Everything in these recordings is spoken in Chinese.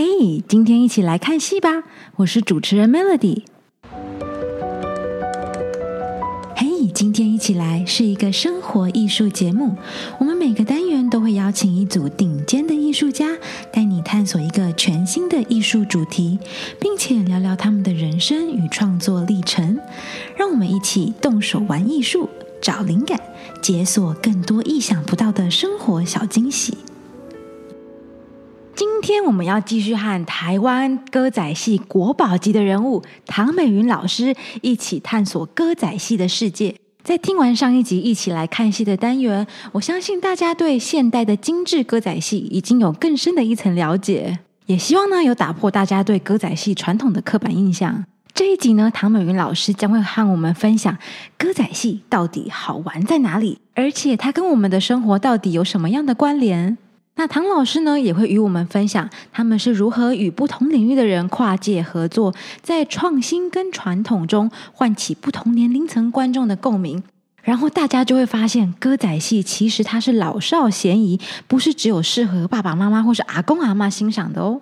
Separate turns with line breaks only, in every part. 你今天一起来看戏吧！我是主持人 Melody。嘿、今天一起来是一个生活艺术节目，我们每个单元都会邀请一组顶尖的艺术家，带你探索一个全新的艺术主题，并且聊聊他们的人生与创作历程。让我们一起动手玩艺术，找灵感，解锁更多意想不到的生活小惊喜。今天我们要继续和台湾歌仔戏国宝级的人物唐美云老师一起探索歌仔戏的世界。在听完上一集一起来看戏的单元，我相信大家对现代的精致歌仔戏已经有更深的一层了解，也希望呢有打破大家对歌仔戏传统的刻板印象。这一集呢，唐美云老师将会和我们分享歌仔戏到底好玩在哪里，而且它跟我们的生活到底有什么样的关联。那唐老师呢，也会与我们分享他们是如何与不同领域的人跨界合作，在创新跟传统中唤起不同年龄层观众的共鸣。然后大家就会发现，歌仔戏其实它是老少咸宜，不是只有适合爸爸妈妈或是阿公阿妈欣赏的哦。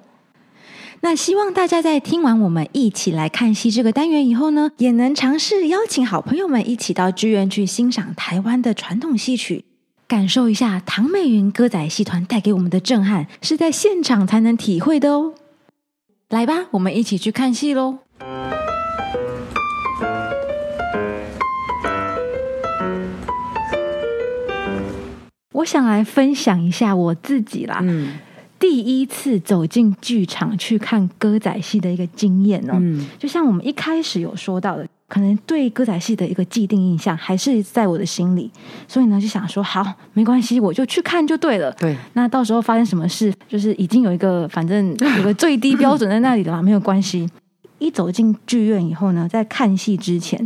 那希望大家在听完我们一起来看戏这个单元以后呢，也能尝试邀请好朋友们一起到剧院去欣赏台湾的传统戏曲，感受一下唐美云歌仔戏团带给我们的震撼，是在现场才能体会的哦。来吧，我们一起去看戏喽！我想来分享一下我自己啦，
嗯
第一次走进剧场去看歌仔戏的一个经验哦。
嗯
就像我们一开始有说到的，可能对歌仔戏的一个既定印象还是在我的心里，所以呢就想说，好，没关系，我就去看就对了。
对，
那到时候发生什么事，就是已经有一个反 正有个最低标准在那里的嘛，没有关系。一走进剧院以后呢，在看戏之前，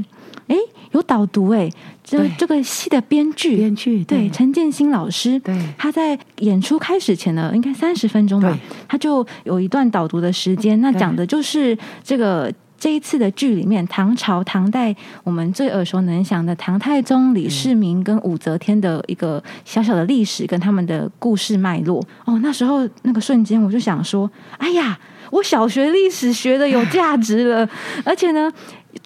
诶，有导读诶，这
对
这个戏的编剧
编剧
对陈建新老师，
嗯对
他在演出开始前的应该三十分钟吧
对，
他就有一段导读的时间，那
对
讲的就是这个。这一次的剧里面，唐朝、唐代，我们最耳熟能详的唐太宗、李世民跟武则天的一个小小的历史跟他们的故事脉络。哦，那时候那个瞬间，我就想说，哎呀，我小学历史学的有价值 了，而且呢，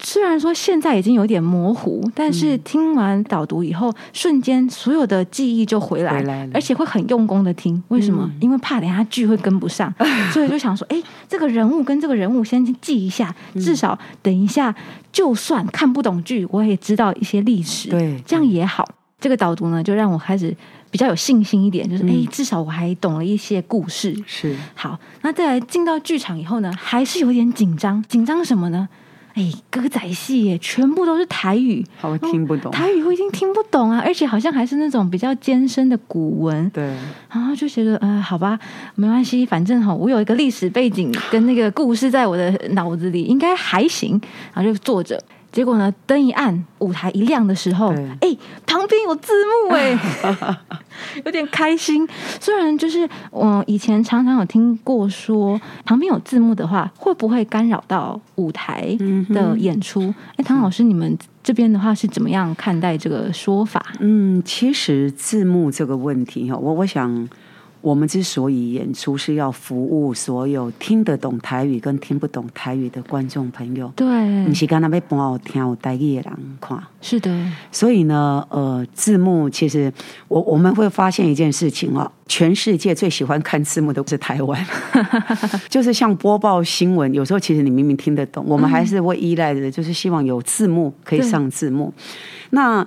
虽然说现在已经有点模糊，但是
嗯
听完导读以后，瞬间所有的记忆就回来，
回来了
而且会很用功的听。为什么？
嗯
因为怕等一下剧会跟不 上，所以就想说，哎，这个人物跟这个人物先记一下，
嗯
至少等一下就算看不懂剧，我也知道一些历史。
对
这样也好。这个导读呢，就让我开始比较有信心一点，就是哎、
嗯
诶至少我还懂了一些故事。
是
好，那再来进到剧场以后呢，还是有点紧张，紧张什么呢？哎，歌仔戏耶，全部都是台语，
好听不懂，
台语我已经听不懂啊，而且好像还是那种比较艰深的古文，
对
然后就觉得呃，好吧，没关系，反正哈，我有一个历史背景跟那个故事在我的脑子里，应该还行，然后就坐着。结果呢，灯一暗，舞台一亮的时候，
对
哎，旁边有字幕哎， 有点开心。虽然就是我以前常常有听过说，旁边有字幕的话，会不会干扰到舞台
嗯哼
的演出？哎、唐老师，你们这边的话是怎么样看待这个说法？
嗯，其实字幕这个问题哈，哦我我想。我们之所以演出是要服务所有听得懂台语跟听不懂台语的观众朋友，
对
不，是干那要搬有听有台语的人看。
是的，
所以呢，呃，字幕其实我我们会发现一件事情哦，全世界最喜欢看字幕的不是台湾，就是像播报新闻，有时候其实你明明听得懂，我们还是会依赖的，就是希望有字幕可以
对
上字幕。那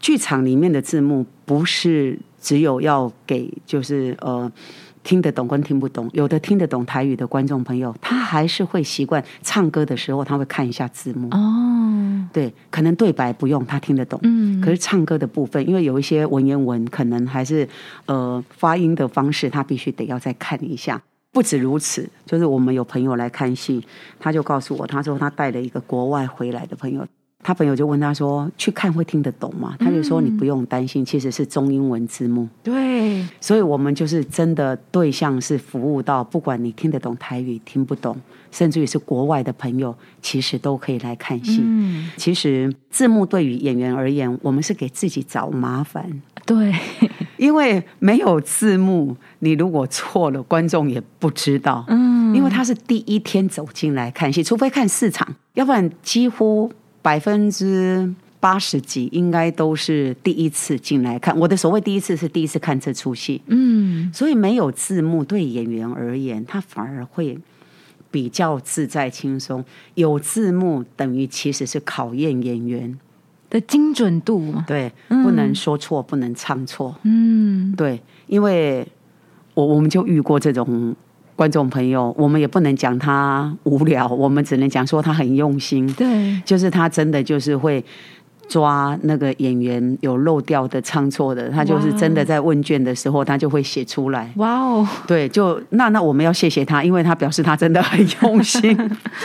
剧场里面的字幕不是只有要给就是呃。听得懂跟听不懂，有的听得懂台语的观众朋友，他还是会习惯唱歌的时候，他会看一下字幕。
哦，
对，可能对白不用，他听得懂。
嗯
可是唱歌的部分，因为有一些文言文，可能还是呃发音的方式，他必须得要再看一下。不止如此，就是我们有朋友来看戏，他就告诉我，他说他带了一个国外回来的朋友，他朋友就问他说去看会听得懂吗？他就说你不用担心，其实是中英文字幕。
对，
所以我们就是真的对象是服务到，不管你听得懂台语听不懂，甚至于是国外的朋友，其实都可以来看戏。
嗯，
其实字幕对于演员而言，我们是给自己找麻烦，
对，
因为没有字幕，你如果错了，观众也不知道。
嗯，
因为他是第一天走进来看戏，除非看四场，要不然几乎百分之八十几应该都是第一次进来看。我的所谓第一次是第一次看这出戏，
嗯
所以没有字幕对演员而言，他反而会比较自在轻松。有字幕等于其实是考验演员，
的精准度嘛，
对，不能说错，不能唱错。
嗯
对，因为我我们就遇过这种观众朋友，我们也不能讲他无聊，我们只能讲说他很用心，
对，
就是他真的就是会。抓那个演员有漏掉的、唱错的，他就是真的在问卷的时候，他就会写出来。
哇哦，
对，就那那我们要谢谢他，因为他表示他真的很用心。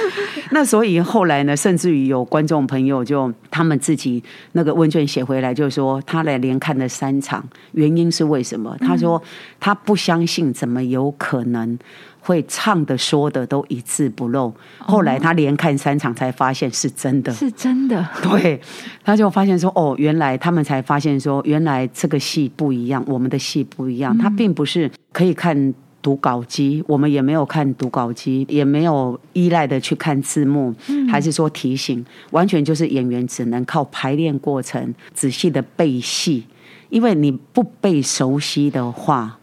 那所以后来呢，甚至于有观众朋友就他们自己那个问卷写回来，就说他来连看了三场，原因是为什么？他说他不相信怎么有可能。会唱的说的都一字不漏，后来他连看三场才发现是真的，
是真的，
对，他就发现说，哦，原来他们才发现说，原来这个戏不一样，我们的戏不一样，它并不是可以看读稿机，我们也没有看读稿机，也没有依赖的去看字幕，还是说提醒，完全就是演员只能靠排练过程仔细的背戏，因为你不背熟悉的话。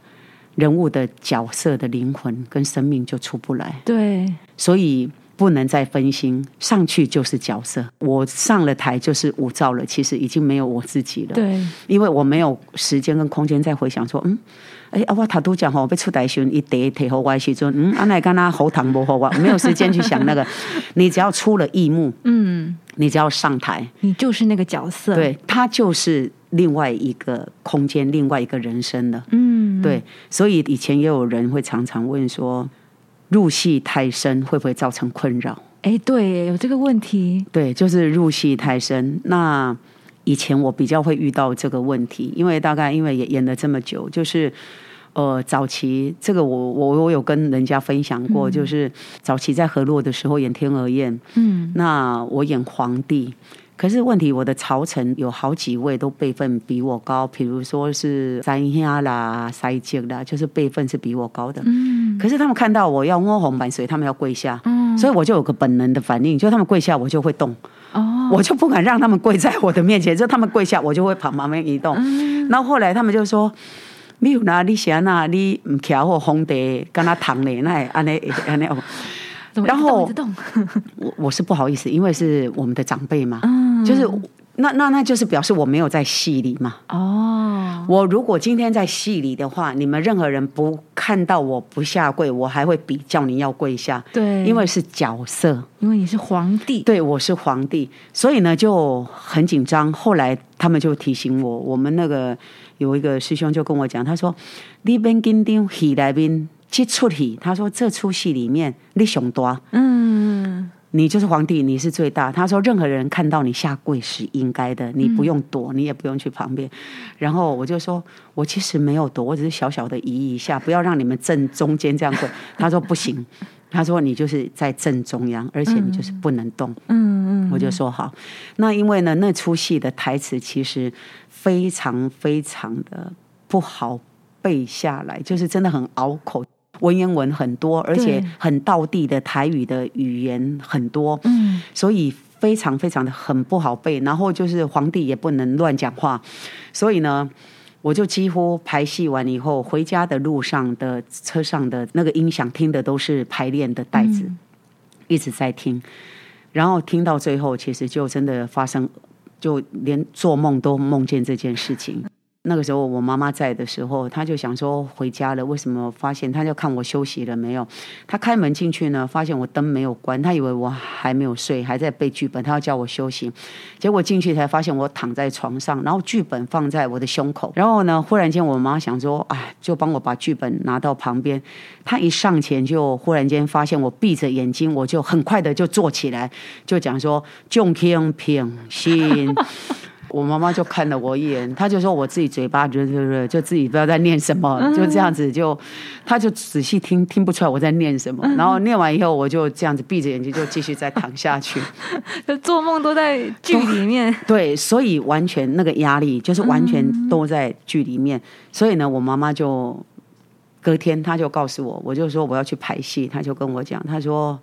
人物的角色的灵魂跟生命就出不来，
对，
所以不能再分心，上去就是角色。我上了台就是舞照了，其实已经没有我自己了。，
对，
因为我没有时间跟空间再回想说，嗯，哎、啊，我头拄讲吼，被出台时阵，一提提好我的时阵，嗯，啊，那干那喉糖无好我，啊 没有时间去想那个。你只要出了异幕，
嗯，
你只要上台，
你就是那个角色，，
对，它就是另外一个空间，另外一个人生了。
嗯，
对，所以以前也有人会常常问说，入戏太深会不会造成困扰？
哎，对耶，有这个问题，
对，就是入戏太深。那以前我比较会遇到这个问题，因为大概因为也演了这么久，就是呃，早期这个我我我有跟人家分享过，就是早期在河洛的时候演《天鹅宴》，
嗯，
那我演皇帝。可是问题，我的朝臣有好几位都辈分比我高，比如说是三亚啦、塞杰啦，就是辈分是比我高的。
嗯，
可是他们看到我要摸红板，所以他们要跪下，
嗯
所以我就有个本能的反应，就他们跪下我就会动，
哦，
我就不敢让他们跪在我的面前，就他们跪下，我就会旁旁边移动。
嗯
然后后来他们就说。你有哪你想哪你唔徛或红地跟他躺咧，那安尼 安尼，
怎么一
然
直动
后
一直动，
我我是不好意思，因为是我们的长辈嘛，
嗯
就是那那那就是表示我没有在戏里嘛。
哦，
我如果今天在戏里的话，你们任何人不看到我不下跪，我还会比较你要跪下，
对，
因为是角色。
因为你是皇帝，
对，我是皇帝，所以呢就很紧张。后来他们就提醒我，我们那个有一个师兄就跟我讲，他说：“你边紧张戏来宾这出戏，他说这出戏里面你熊多，
嗯，
你就是皇帝，你是最大。”他说：“任何人看到你下跪是应该的，你不用躲，你也不用去旁
嗯
边。”然后我就说：“我其实没有躲，我只是小小的移一下，不要让你们正中间这样跪。”他说：“不行。”他说：“你就是在正中央，而且你就是不能动。
嗯嗯嗯，
我就说好。那因为呢，那出戏的台词其实非常非常的不好背下来，就是真的很拗口。文言文很多，而且
对
很道地的台语的语言很多，
嗯，
所以非常非常的很不好背。然后就是皇帝也不能乱讲话，所以呢，我就几乎排戏完以后，回家的路上的车上的那个音响听的都是排练的带子，一直在听，然后听到最后，其实就真的发生，就连做梦都梦见这件事情。那个时候我妈妈在的时候，她就想说回家了，为什么发现她就看我休息了没有？她开门进去呢，发现我灯没有关，她以为我还没有睡，还在背剧本，她要叫我休息。结果进去才发现我躺在床上，然后剧本放在我的胸口。然后呢，忽然间我妈想说，哎，就帮我把剧本拿到旁边。她一上前就忽然间发现我闭着眼睛，我就很快的就坐起来，就讲说：“仲天平心。”我妈妈就看了我一眼，她就说我自己嘴巴就就就自己不知道在念什么，就这样子就，她就仔细听听不出来我在念什么，然后念完以后我就这样子闭着眼睛就继续再躺下去。
就做梦都在剧里面，
对，所以完全那个压力就是完全都在剧里面，所以呢，我妈妈就隔天她就告诉我，我就说我要去排戏，她就跟我讲，她说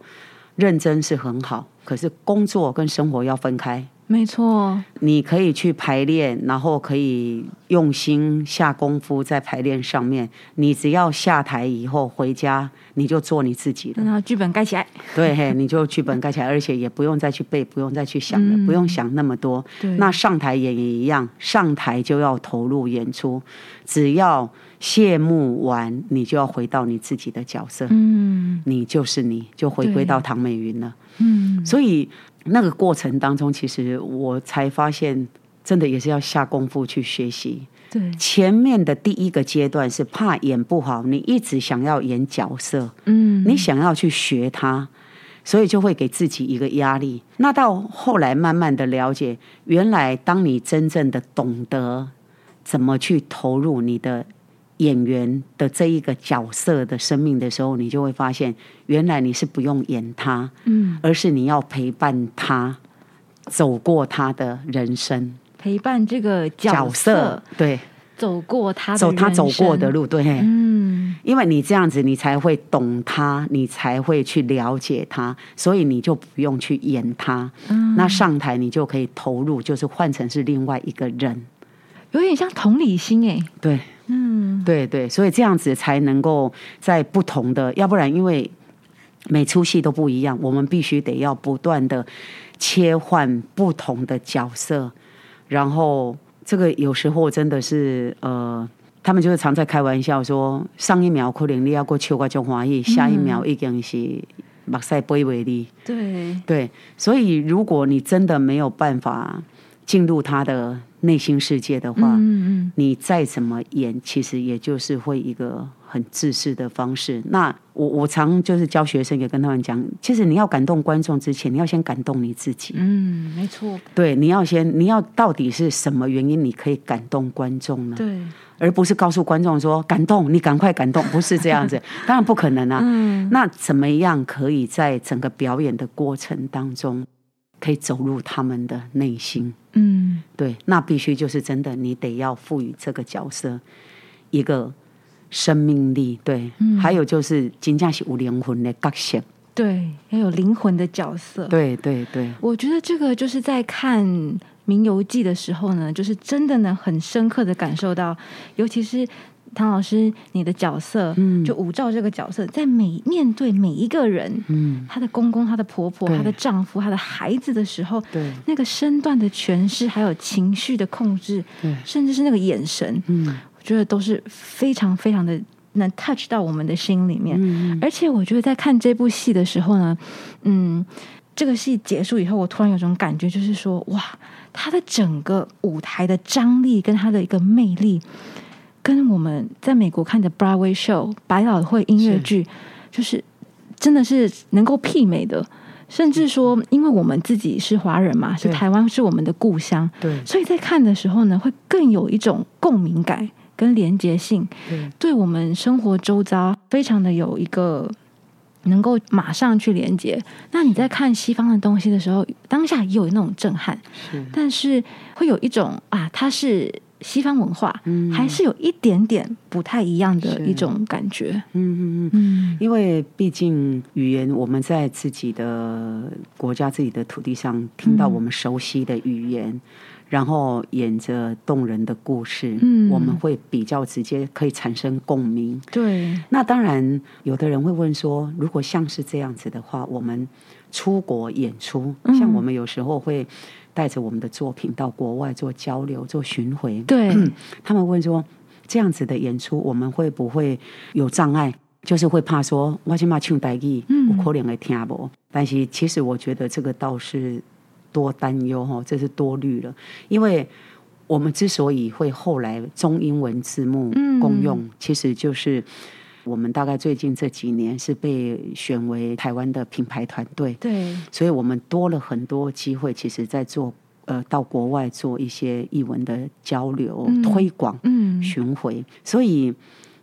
认真是很好，可是工作跟生活要分开。
没错，
你可以去排练，然后可以用心下功夫在排练上面。你只要下台以后回家，你就做你自己了。
然后剧本盖起来，
对，嘿你就剧本盖起来，而且也不用再去背，不用再去想了，不用想那么多
对。
那上台演也一样，上台就要投入演出，只要谢幕完，你就要回到你自己的角色，
嗯
你就是你，就回
对
归到唐美云了。
嗯，
所以那个过程当中，其实我才发现，真的也是要下功夫去学习。
对，
前面的第一个阶段是怕演不好，你一直想要演角色，
嗯，
你想要去学它，所以就会给自己一个压力。那到后来慢慢的了解，原来当你真正的懂得怎么去投入你的演员的这一个角色的生命的时候，你就会发现，原来你是不用演他，
嗯
而是你要陪伴他走过他的人生
陪伴这个角色
对，
走过他的
走他
人
走过
生
的，路，对。
嗯
因为你这样子，你才会懂他，你才会去了解他，所以你就不用去演他。
嗯，
那上台你就可以投入，就是换成是另外一个人。
有点像同理心哎，
对
嗯
对对，所以这样子才能够在不同的，要不然因为每出戏都不一样，我们必须得要不断的切换不同的角色，然后这个有时候真的是呃。他们就是常在开玩笑说，上一秒可能你要过秋瓜中华裔，下一秒已经是目屎杯为你。
对，
对，所以如果你真的没有办法进入他的内心世界的话，
嗯嗯
你再怎么演，其实也就是会一个很自私的方式。那我我常就是教学生也跟他们讲，其实你要感动观众之前，你要先感动你自己。
嗯，没错，
对，你要先，你要到底是什么原因你可以感动观众呢？
对，
而不是告诉观众说感动，你赶快感动，不是这样 子，当然不可能啊。
嗯
那怎么样可以在整个表演的过程当中，可以走入他们的内心？
嗯
对，那必须就是真的，你得要赋予这个角色一个生命力。对，
嗯
还有就是金价是无灵魂的角色。
对，要有灵魂的角色，
对对对
我觉得这个就是在看《名游记》的时候呢，就是真的能很深刻的感受到，尤其是唐老师你的角色，
嗯
就吴照这个角色，在每面对每一个人，
嗯，
她的公公、她的婆婆、
对
她的丈夫、她的孩子的时候，
对
那个身段的诠释，还有情绪的控制，
对，
甚至是那个眼神，
嗯
我觉得都是非常非常的能 touch 到我们的心里面。
嗯嗯
而且我觉得在看这部戏的时候呢，嗯，这个戏结束以后，我突然有种感觉，就是说，哇，它的整个舞台的张力跟它的一个魅力，跟我们在美国看的 Broadway show 百老汇音乐剧，就是真的是能够媲美的。甚至说，因为我们自己是华人嘛，是
嗯对
台湾是我们的故乡，
对
所以在看的时候呢，会更有一种共鸣感跟连结性。
对
对我们生活周遭非常的有一个能够马上去连接。那你在看西方的东西的时候，当下也有那种震撼，
是，
但是会有一种啊，它是西方文化，
嗯
还是有一点点不太一样的
是
一种感觉。
嗯嗯嗯。
嗯
因为毕竟语言，我们在自己的国家、自己的土地上听到
嗯
我们熟悉的语言，然后演着动人的故事，
嗯
我们会比较直接，可以产生共鸣。
对，
那当然，有的人会问说，如果像是这样子的话，我们出国演出，
嗯
像我们有时候会带着我们的作品到国外做交流、做巡回，
对，
他们问说，这样子的演出我们会不会有障碍？就是会怕说，我起码唱台语，
嗯
我可能会听不。但是其实我觉得这个倒是多担忧哈，这是多虑了，因为。我们之所以会后来中英文字幕
嗯
共用，其实就是我们大概最近这几年是被选为台湾的品牌团队，
对，
所以我们多了很多机会，其实在做呃到国外做一些译文的交流、
嗯
推广、
嗯
巡回，所以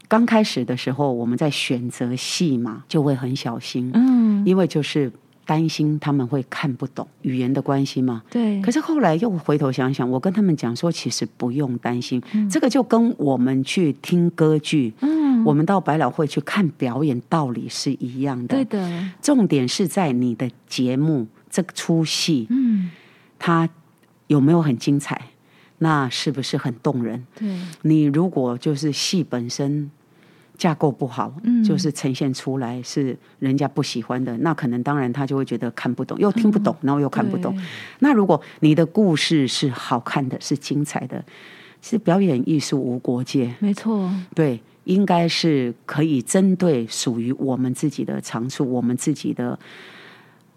刚开始的时候我们在选择戏嘛，就会很小心，
嗯，
因为就是担心他们会看不懂语言的关系嘛。
对，
可是后来又回头想想，我跟他们讲说，其实不用担心，这个就跟我们去听歌剧，
嗯，
我们到百老汇去看表演，道理是一样的。
对的，
重点是在你的节目这出戏，
嗯，
它有没有很精彩？那是不是很动人？
对，
你如果就是戏本身架构不好，
嗯
就是呈现出来是人家不喜欢的，那可能当然他就会觉得看不懂，又听不懂，然后又看不懂
对。
那如果你的故事是好看的，是精彩的，是表演艺术无国界，
没错，
对，应该是可以针对属于我们自己的长处，我们自己的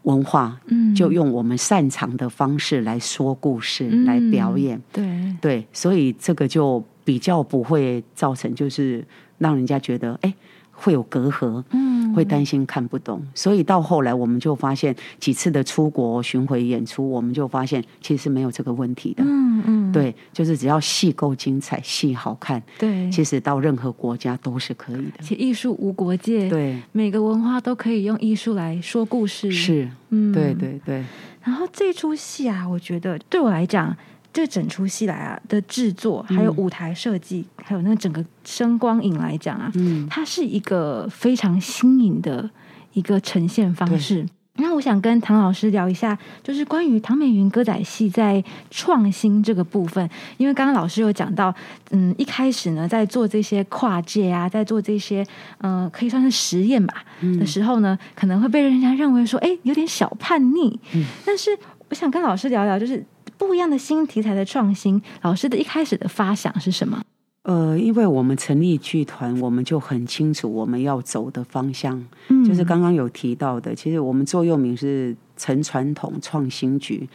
文化，
嗯，
就用我们擅长的方式来说故事，
嗯
来表演。
对，
对，所以这个就比较不会造成，就是让人家觉得哎会有隔阂，
嗯，
会担心看不懂。所以到后来，我们就发现几次的出国巡回演出，我们就发现其实没有这个问题的。
嗯嗯，
对，就是只要戏够精彩，戏好看，
对，
其实到任何国家都是可以的
而。且艺术无国界，，
对，
每个文化都可以用艺术来说故事，，
是，
嗯，
对对对，
然后这出戏啊，我觉得对我来讲，这整出戏来啊的制作，还
嗯
有舞台设计，还有那个整个声光影来讲啊，
嗯，
它是一个非常新颖的一个呈现方式。那我想跟唐老师聊一下，就是关于唐美云歌仔戏在创新这个部分，因为刚刚老师有讲到，嗯，一开始呢，在做这些跨界啊，在做这些，嗯、可以算是实验吧、
嗯
的时候呢，可能会被人家认为说，哎，有点小叛逆。
嗯
但是我想跟老师聊聊，就是不一样的新题材的创新，老师的一开始的发想是什么？
呃，因为我们成立剧团，我们就很清楚我们要走的方向。
嗯
就是刚刚有提到的，其实我们座右铭是“陈传统创新局”，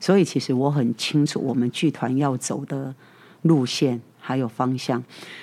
所以其实我很清楚我们剧团要走的路线还有方向。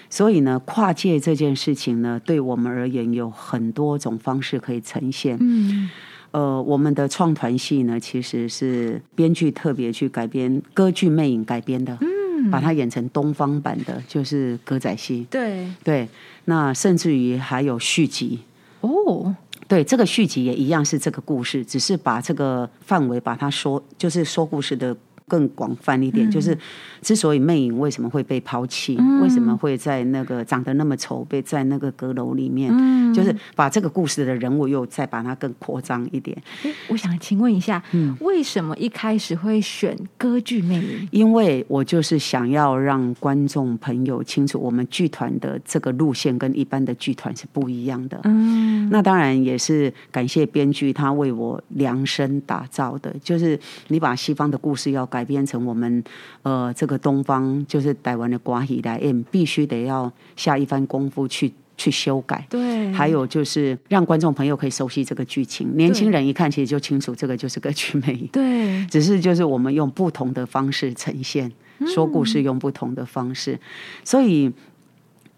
所以呢，跨界这件事情呢，对我们而言有很多种方式可以呈现。
嗯
呃，我们的创团戏呢，其实是编剧特别去改编歌剧《魅影》改编的，
嗯，
把它演成东方版的，就是歌仔戏。
对
对，那甚至于还有续集，
哦，
对，这个续集也一样是这个故事，只是把这个范围把它说，就是说故事的更广泛一点。
嗯
就是之所以魅影为什么会被抛弃，为什么会在那个长得那么丑，被在那个阁楼里面，
嗯
就是把这个故事的人物又再把它更扩张一点。
诶我想请问一下，
嗯
为什么一开始会选歌剧魅影？
因为我就是想要让观众朋友清楚，我们剧团的这个路线跟一般的剧团是不一样的。
嗯
那当然也是感谢编剧他为我量身打造的，就是你把西方的故事要改编成我们呃这个东方，就是台湾的瓜戏来演，必须得要下一番功夫去去修改。
对，
还有就是让观众朋友可以熟悉这个剧情，年轻人一看其实就清楚这个就是个剧魅影，
对，
只是就是我们用不同的方式呈现，说故事用不同的方式，所以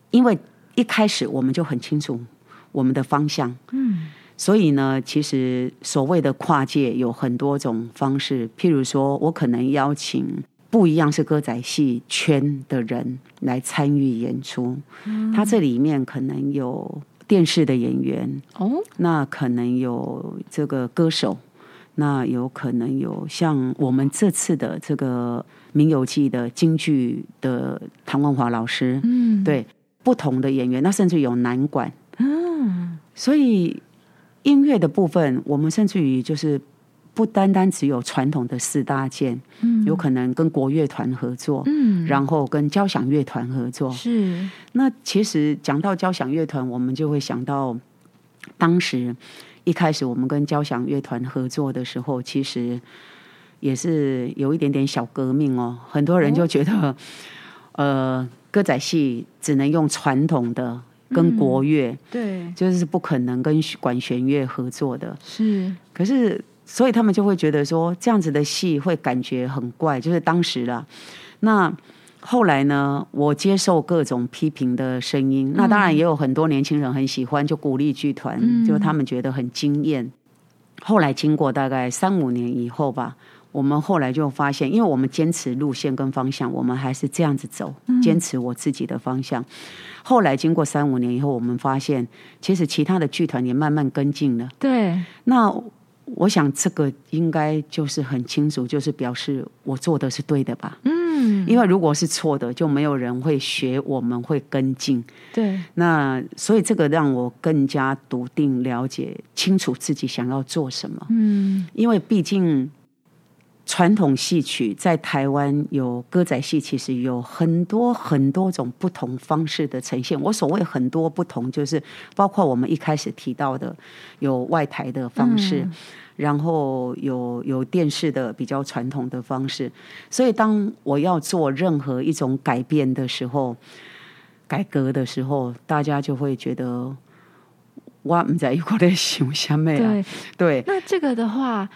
因为一开始我们就很清楚我们的方向，
嗯
所以呢，其实所谓的跨界有很多种方式，譬如说我可能邀请不一样是歌仔戏圈的人来参与演出，它这里面可能有电视的演员，
哦，
那可能有这个歌手，那有可能有像我们这次的这个《民游记》的京剧的唐文华老师，
嗯，
对不同的演员，那甚至有南管。
嗯
所以音乐的部分，我们甚至于就是不单单只有传统的四大件，
嗯
有可能跟国乐团合作，
嗯，
然后跟交响乐团合作。
是
那其实讲到交响乐团，我们就会想到当时一开始我们跟交响乐团合作的时候，其实也是有一点点小革命哦。很多人就觉得，呃，歌仔戏只能用传统的跟国乐。
对
就是不可能跟管弦乐合作的。
是
可是，所以他们就会觉得说，这样子的戏会感觉很怪，就是当时啦。那后来呢，我接受各种批评的声音，那当然也有很多年轻人很喜欢，就鼓励剧团，就他们觉得很惊艳。后来经过大概三五年以后吧，我们后来就发现，因为我们坚持路线跟方向，我们还是这样子走，坚持我自己的方向。后来经过三五年以后，我们发现其实其他的剧团也慢慢跟进了。
对，
那我想这个应该就是很清楚，就是表示我做的是对的吧？
嗯，
因为如果是错的，就没有人会学，我们会跟进。
对，
那所以这个让我更加笃定、了解、清楚自己想要做什么。
嗯，
因为毕竟传统戏曲在台湾有歌仔戏，其实有很多很多种不同方式的呈现。我所谓很多不同，就是包括我们一开始提到的有外台的方式。然后有有电视的比较传统的方式，所以当我要做任何一种改变的时候，改革的时候，大家就会觉得我唔知有我在想什么啊，
对。
对，
那这个的话，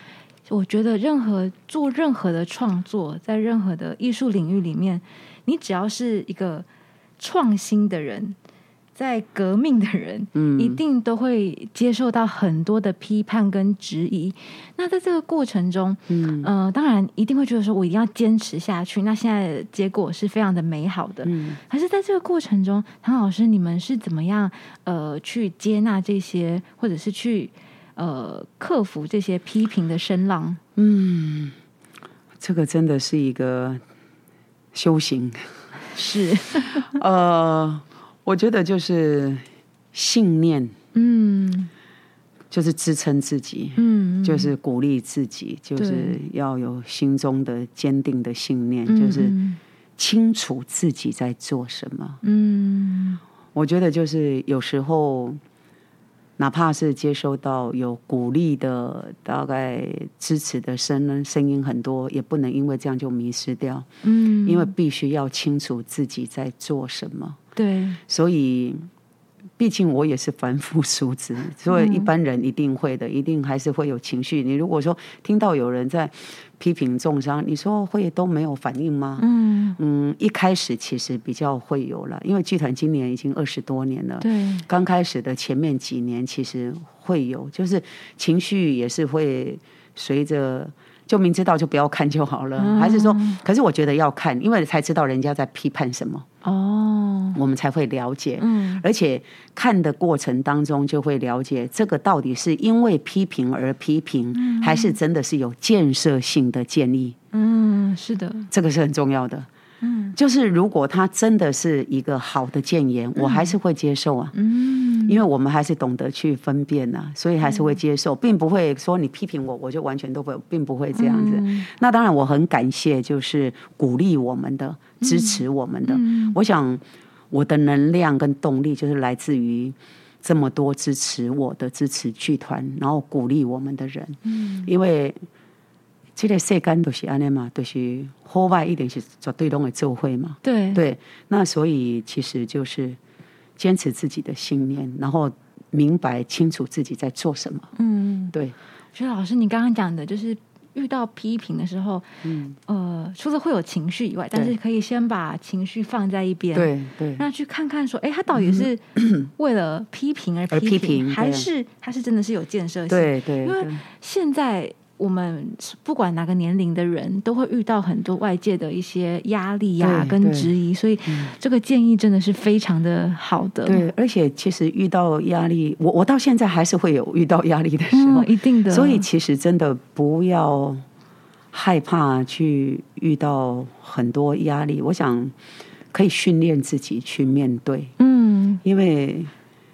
我觉得任何做任何的创作，在任何的艺术领域里面，你只要是一个创新的人，在革命的人，
嗯
一定都会接受到很多的批判跟质疑。那在这个过程中，
嗯
呃，当然一定会觉得说我一定要坚持下去。那现在的结果是非常的美好的，
嗯
还是在这个过程中，唐老师，你们是怎么样呃去接纳这些，或者是去呃克服这些批评的声浪？
嗯，这个真的是一个修行。
是，
呃，我觉得就是信念，
嗯
就是支撑自己，
嗯，
就是鼓励自己，就是要有心中的坚定的信念，
嗯
就是
嗯
清楚自己在做什么。
嗯
我觉得就是有时候。哪怕是接收到有鼓励的、大概支持的声声音很多，也不能因为这样就迷失掉。
嗯，
因为必须要清楚自己在做什么，
对
所以。毕竟我也是凡夫俗子，所以一般人一定会的，一定还是会有情绪。你如果说听到有人在批评重伤，你说会都没有反应吗？
嗯
嗯，一开始其实比较会有了，因为剧团今年已经二十多年了，
对
刚开始的前面几年其实会有，就是情绪也是会随着。就明知道就不要看就好了，还是说？可是我觉得要看，因为才知道人家在批判什么，
哦，
我们才会了解。
嗯
而且看的过程当中，就会了解这个到底是因为批评而批评，还是真的是有建设性的建议。
嗯，是的，
这个是很重要的。
嗯
就是如果他真的是一个好的谏言，我还是会接受啊。
嗯
因为我们还是懂得去分辨呐、所以还是会接受，并不会说你批评我，我就完全都不，并不会这样子。
嗯
那当然，我很感谢，就是鼓励我们的、支持我们的。
嗯
我想我的能量跟动力就是来自于这么多支持我的、支持剧团，然后鼓励我们的人，
嗯
因为。这个世间都是安尼嘛，都、就是户外一定是绝对拢会做会嘛。
对
对，那所以其实就是坚持自己的信念，然后明白清楚自己在做什么。
嗯，
对，
所以老师你刚刚讲的就是。遇到批评的时候，
嗯，
呃，除了会有情绪以外，但
对
是可以先把情绪放在一边，
对对
那去看看说，哎，他到底是 为了批评而
而
批
批评
还
对
是他是真的是有建设性？，
对对
因为
对，
现在我们不管哪个年龄的人，都会遇到很多外界的一些压力呀、
对
跟
对
质疑，所以
嗯
这个建议真的是非常的好的。
对，而且其实遇到压力，我我到现在还是会有遇到压力的时候
嗯，，一定的。
所以其实真的不要害怕去遇到很多压力。我想可以训练自己去面对，
嗯，
因为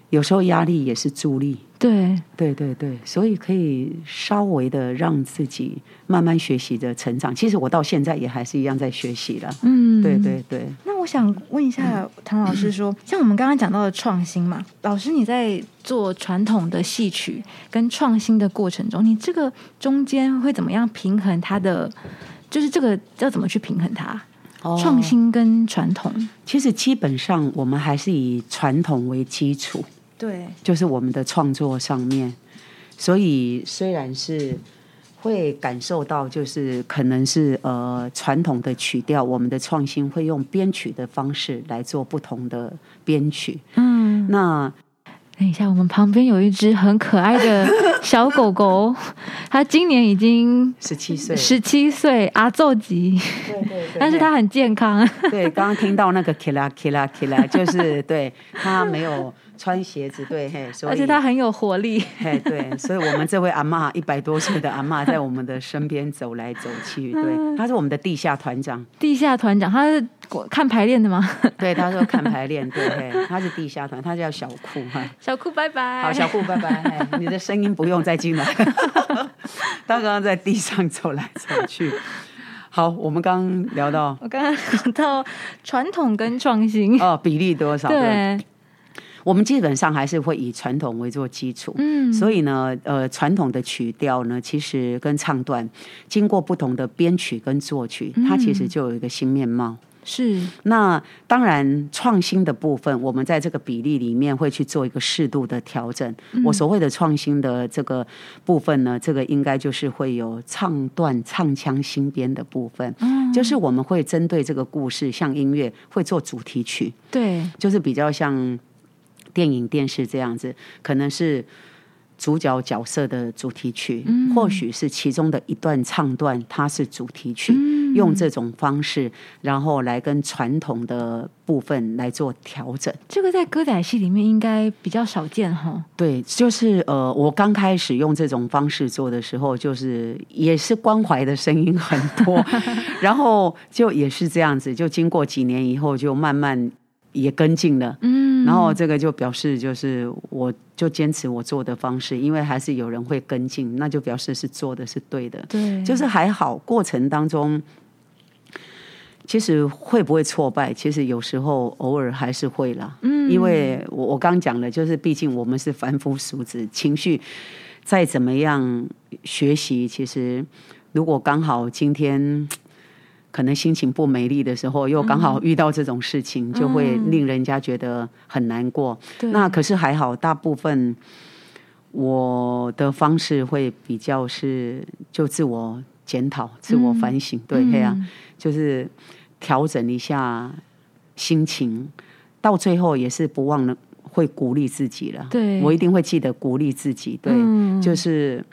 有时候压力也是助力。
对，
对对对，所以可以稍微的让自己慢慢学习的成长。其实我到现在也还是一样在学习的。
嗯，
对对对，
那我想问一下唐老师说，像我们刚刚讲到的创新嘛，老师你在做传统的戏曲跟创新的过程中，你这个中间会怎么样平衡它的？就是这个要怎么去平衡它？
哦
创新跟传统，
其实基本上我们还是以传统为基础，
对，
就是我们的创作上面。所以虽然是会感受到，就是可能是呃传统的曲调，我们的创新会用编曲的方式来做不同的编曲。
嗯。
那
等一下，我们旁边有一只很可爱的小狗狗， 它今年已经
十七岁，
十七岁，阿奏级，
对对对
但是它很健康。
对，刚刚听到那个 kila kila kila，就是对他没有穿鞋子，对 嘿，所以
而且它很有活力，
嘿对，所以我们这位阿嬷一百多岁的阿嬷在我们的身边走来走 去，对，她是我们的地下团长，
地下团长，它是看排练的吗？
对，她说看排练，对 嘿，她是地下团，她叫小库哈。
小酷，拜拜。
好，小顾，拜拜。嘿你的声音不用再 进来，他刚刚在地上走来走去。好，我们刚刚聊到
我刚刚讲到传统跟创新，
哦，比例多少？
对，
我们基本上还是会以传统为做基础。
嗯
所以呢，呃，传统的曲调呢，其实跟唱段经过不同的编曲跟作曲，它其实就有一个新面貌。
是
那当然，创新的部分，我们在这个比例里面会去做一个适度的调整。我所谓的创新的这个部分呢，这个应该就是会有唱段、唱腔新编的部分，就是我们会针对这个故事，像音乐会做主题曲，
对，
就是比较像电影、电视这样子，可能是。主角角色的主题曲，或许是其中的一段唱段，它是主题曲，用这种方式，然后来跟传统的部分来做调整。
这个在歌仔戏里面应该比较少见哈。
对，就是呃，我刚开始用这种方式做的时候，就是也是关怀的声音很多， 然后就也是这样子，就经过几年以后，就慢慢也跟进了。
嗯，
然后这个就表示，就是我就坚持我做的方式，因为还是有人会跟进，那就表示是做的是对的。
对，
就是还好，过程当中其实会不会挫败，其实有时候偶尔还是会啦。
嗯
因为我我刚讲了，就是毕竟我们是凡夫俗子，情绪再怎么样学习，其实如果刚好今天。可能心情不美丽的时候，又刚好遇到这种事情，就会令人家觉得很难过。
嗯对
那可是还好，大部分我的方式会比较是就自我检讨、自我反省，对，对啊，
嗯
就是调整一下心情，到最后也是不忘了会鼓励自己了。
对
我一定会记得鼓励自己，对，
嗯
就是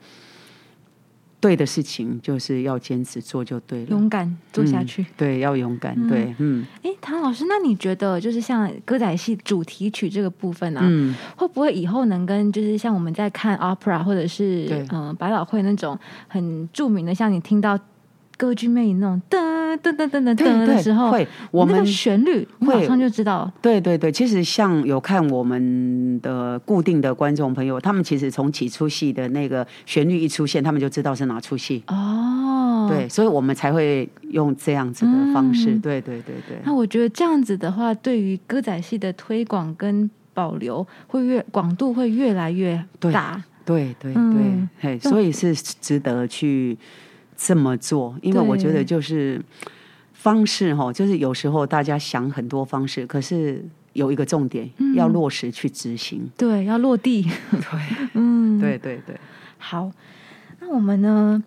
对的事情就是要坚持做就对了，
勇敢做下去
嗯。对，要勇敢，
嗯
对，嗯
哎、唐老师，那你觉得就是像歌仔戏主题曲这个部分啊，
嗯。
会不会以后能跟就是像我们在看 opera 或者是
对
嗯、呃百老汇那种很著名的，像你听到歌剧魅影那种噔噔噔噔噔
对
噔的
对
时候，
会我
那
们
个旋律你马
会
上就知道，
对对对，其实像有看我们的固定的观众朋友，他们其实从几出戏的那个旋律一出现，他们就知道是哪出戏。
哦，
对，所以我们才会用这样子的方式。
嗯
对对对对
那，我觉得这样子的话，对于歌仔戏的推广跟保留会越广度会越来越
对
大，
对对对，
嗯
嘿，所以是值得去这么做，因为
对
我觉得就是方式哈，就是有时候大家想很多方式，可是有一个重点，要落实去执行。
对，要落地。
对，
嗯，
对对对，
好，那我们呢？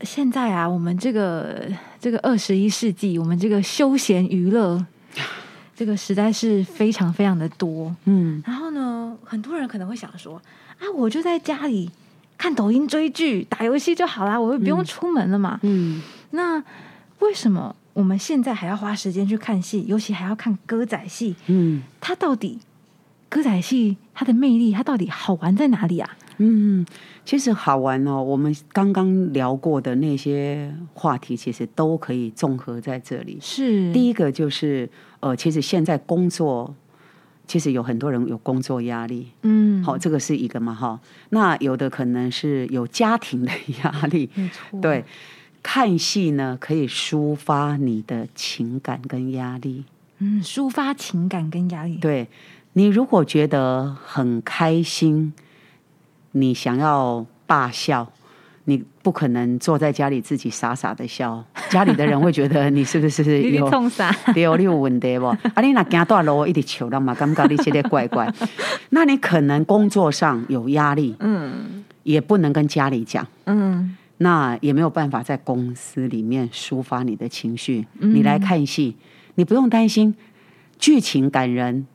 现在啊，我们这个这个二十一世纪，我们这个休闲娱 乐，这个实在是非常非常的多。
嗯，
然后呢，很多人可能会想说，啊，我就在家里看抖音、追剧、打游戏就好啦，我又不用出门了嘛。
嗯，
那为什么我们现在还要花时间去看戏，尤其还要看歌仔戏？
嗯。
它到底歌仔戏它的魅力，它到底好玩在哪里啊？
嗯，其实好玩哦。我们刚刚聊过的那些话题，其实都可以综合在这里。
是
第一个就是，呃，其实现在工作，其实有很多人有工作压力，
嗯，
好、这个是一个嘛，哈。那有的可能是有家庭的压力，
没错，
对。看戏呢，可以抒发你的情感跟压力。
嗯，抒发情感跟压力，
对你如果觉得很开心，你想要大笑，你不可能坐在家里自己傻傻的笑，家里的人会觉得你是 不是
你
有
冲啥？
对，哦你有问题不？啊，你若行大路一直笑，人嘛感觉你这个怪怪。那你可能工作上有压力，
嗯
也不能跟家里讲。
嗯，
那也没有办法在公司里面抒发你的情
嗯
绪。你来看戏，你不用担心剧情感人，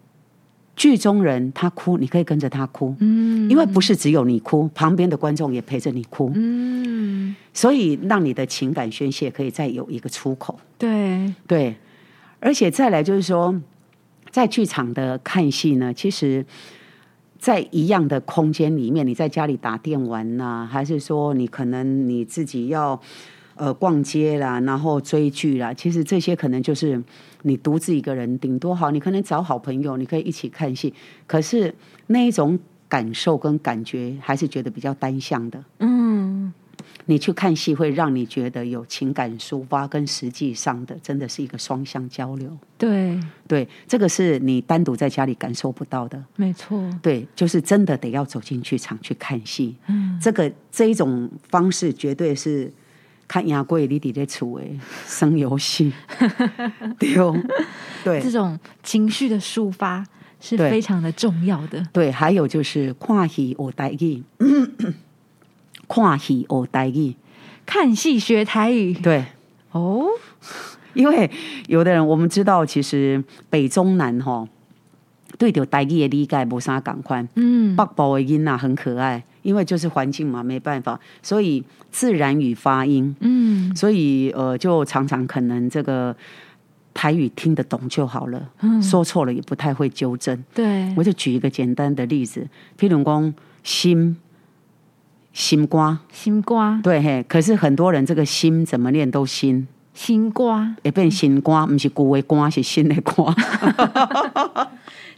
剧中人他哭，你可以跟着他哭，
嗯
因为不是只有你哭，旁边的观众也陪着你哭，
嗯，
所以让你的情感宣泄可以再有一个出口。
对，
对，而且再来就是说，在剧场的看戏呢，其实，在一样的空间里面，你在家里打电玩呐、还是说你可能你自己要呃逛街啦，然后追剧啦，其实这些可能就是你独自一个人，顶多好，你可能找好朋友，你可以一起看戏，可是那一种感受跟感觉还是觉得比较单向的。
嗯，
你去看戏会让你觉得有情感抒发，跟实际上的真的是一个双向交流。
对，
对，这个是你单独在家里感受不到的。
没错，
对，就是真的得要走进剧场去看戏。
嗯，
这个这一种方式绝对是看牙贵你底在处诶，生游戏，对哦，
这
对
种情绪的抒发是
对
非常的重要的。
对，还有就是看戏学台语， 看戏学台语，
看戏学台语
对。
哦，
因为有的人我们知道，其实北中南吼对着台语的理解无啥共款。
嗯，
北部的音呐很可爱，因为就是环境嘛，没办法，所以自然语发音，
嗯
所以呃，就常常可能这个台语听得懂就好了，
嗯，
说错了也不太会纠正。
对，
我就举一个简单的例子，譬如讲心心瓜，
新瓜，
对嘿，可是很多人这个心怎么念都心。
新瓜，
会变新瓜，不是旧的瓜，是新的瓜，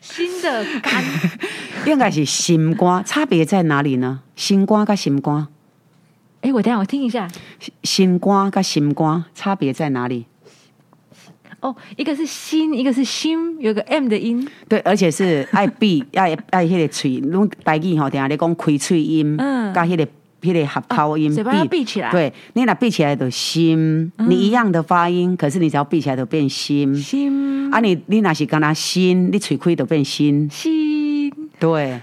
新的干，
应该是新瓜。差别在哪里呢？新瓜跟新瓜，
哎，我等一下我听一下
新瓜跟新瓜差别在哪里？
哦，一个是新，一个是新，有个 M 的音，
对，而且是爱闭 爱爱迄个嘴，拢台语吼，定下咧讲开嘴音，
嗯
加迄、个迄、个合口音，
哦嘴巴要闭起来嗯
对，你若闭起来就心，你一样的发音，可是你只要闭起来就变心。
新
啊你，你若是干那心，你嘴开就变心。
新，
对，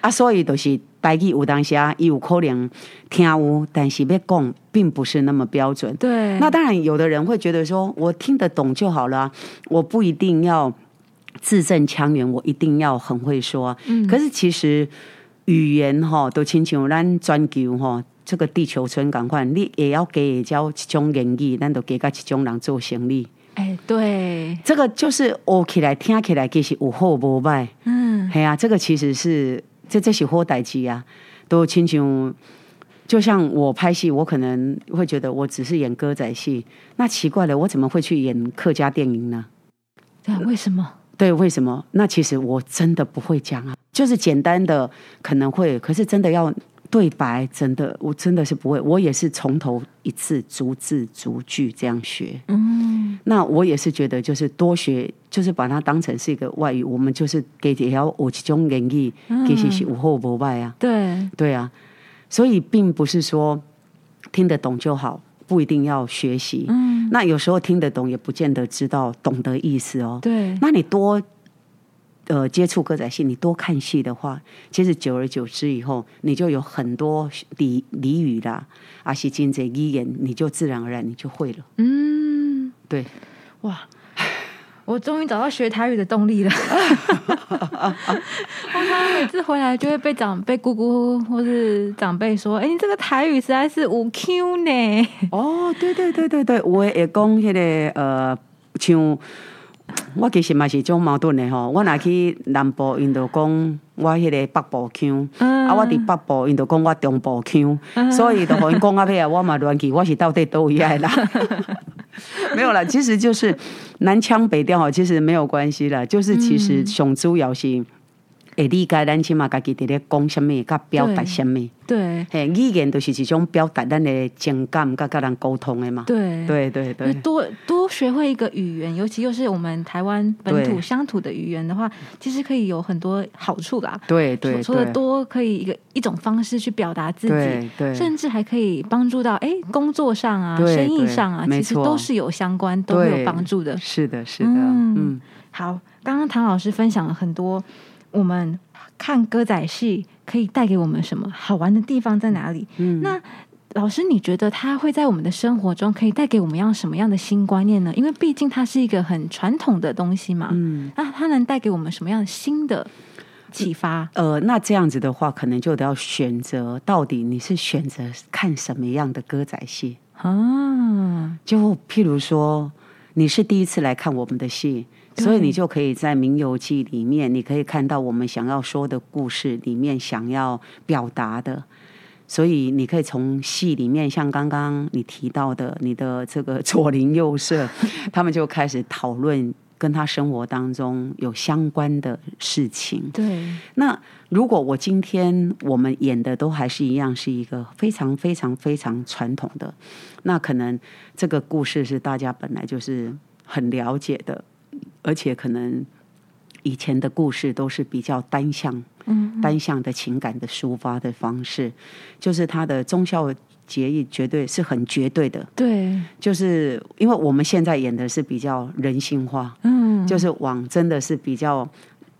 啊，所以就是台语有当时啊，伊有可能听有，但是要讲并不是那么标准。
对，
那当然，有的人会觉得说，我听得懂就好了啊，我不一定要字正腔圆，我一定要很会说啊。
嗯
可是其实语言哈，都亲像咱全球哈。这个地球村赶快，你也要给也教一种言语，咱都给个一种人做生理。
哎，对，
这个就是学起来、听起来，其实有好无歹。
嗯，
嘿啊，这个其实是这这是好代志啊，都亲像。就像我拍戏，我可能会觉得我只是演歌仔戏，那奇怪了，我怎么会去演客家电影呢？
对，为什么？
对，为什么？那其实我真的不会讲啊，就是简单的可能会，可是真的要对白，真的我真的是不会，我也是从头一次逐字逐句这样学。
嗯，
那我也是觉得，就是多学，就是把它当成是一个外语，我们就是给也要学一种言语，
嗯
其实是有好无歹啊，
对，
对啊，所以并不是说听得懂就好，不一定要学习。
嗯，
那有时候听得懂，也不见得知道懂得意思哦。
对，
那你多呃接触歌仔戏，你多看戏的话，其实久而久之以后，你就有很多俚俚语啦，啊是真侪语言，你就自然而然你就会了。
嗯，
对，
哇， 我终于找到学台语的动 力了。我常常每次回来就会被长辈、姑姑或是长辈说：“哎，你这个台语实在是无 Q 呢。
哦，对对对对对，我也讲迄、个呃，像我其实嘛是种矛盾的吼。我若去南部，因就讲我迄个北部腔，
嗯
啊，我伫北部，因就讲我中部腔， 所以就互因讲到尾啊，我嘛乱去，我是到底倒位来啦。 没有啦，其实就是南腔北调吼，其实没有关系啦，就是其实上主要是会理解咱起码家己伫咧讲什么，甲表达
对
什么。”
对
嘿，语言就是一种表达咱的情感，甲甲人沟通的嘛。
对。
对对
就是
对
多多学会一个语言，尤其又是我们台湾本土
对
乡土的语言的话，其实可以有很多好处啦。
对
除
对
除了
对
多可以一个一种方式去表达自己
对，对
甚至还可以帮助到哎工作上啊、
对
生意
对
上啊，
没
其实
错
都是有相关，都会有
对
帮助的。
是的，是的，
嗯
嗯，
好，刚刚唐老师分享了很多我们看歌仔戏可以带给我们什么好玩的地方在哪里。
嗯
那老师，你觉得它会在我们的生活中可以带给我们样什么样的新观念呢？因为毕竟它是一个很传统的东西嘛，嗯，那它能带给我们什么样新的启发？
呃，那这样子的话，可能就得要选择到底你是选择看什么样的歌仔戏。
啊，
就譬如说，你是第一次来看我们的戏，
对
所以你就可以在《名游记》里面，你可以看到我们想要说的故事里面想要表达的。所以你可以从戏里面，像刚刚你提到的，你的这个左邻右舍，他们就开始讨论跟他生活当中有相关的事情。
对，
那如果我今天我们演的都还是一样，是一个非常非常非常传统的，那可能这个故事是大家本来就是很了解的，而且可能以前的故事都是比较单向、
嗯，
单向的情感的抒发的方式，就是它的忠孝节义绝对是很绝对的，
对，
就是因为我们现在演的是比较人性化，
嗯，
就是往真的是比较。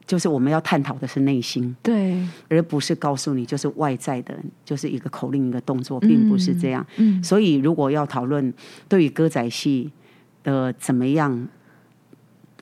就是我们要探讨的是内心，
对，
而不是告诉你就是外在的，就是一个口令一个动作，并不是这样。
嗯，
所以，如果要讨论对于歌仔戏的怎么样，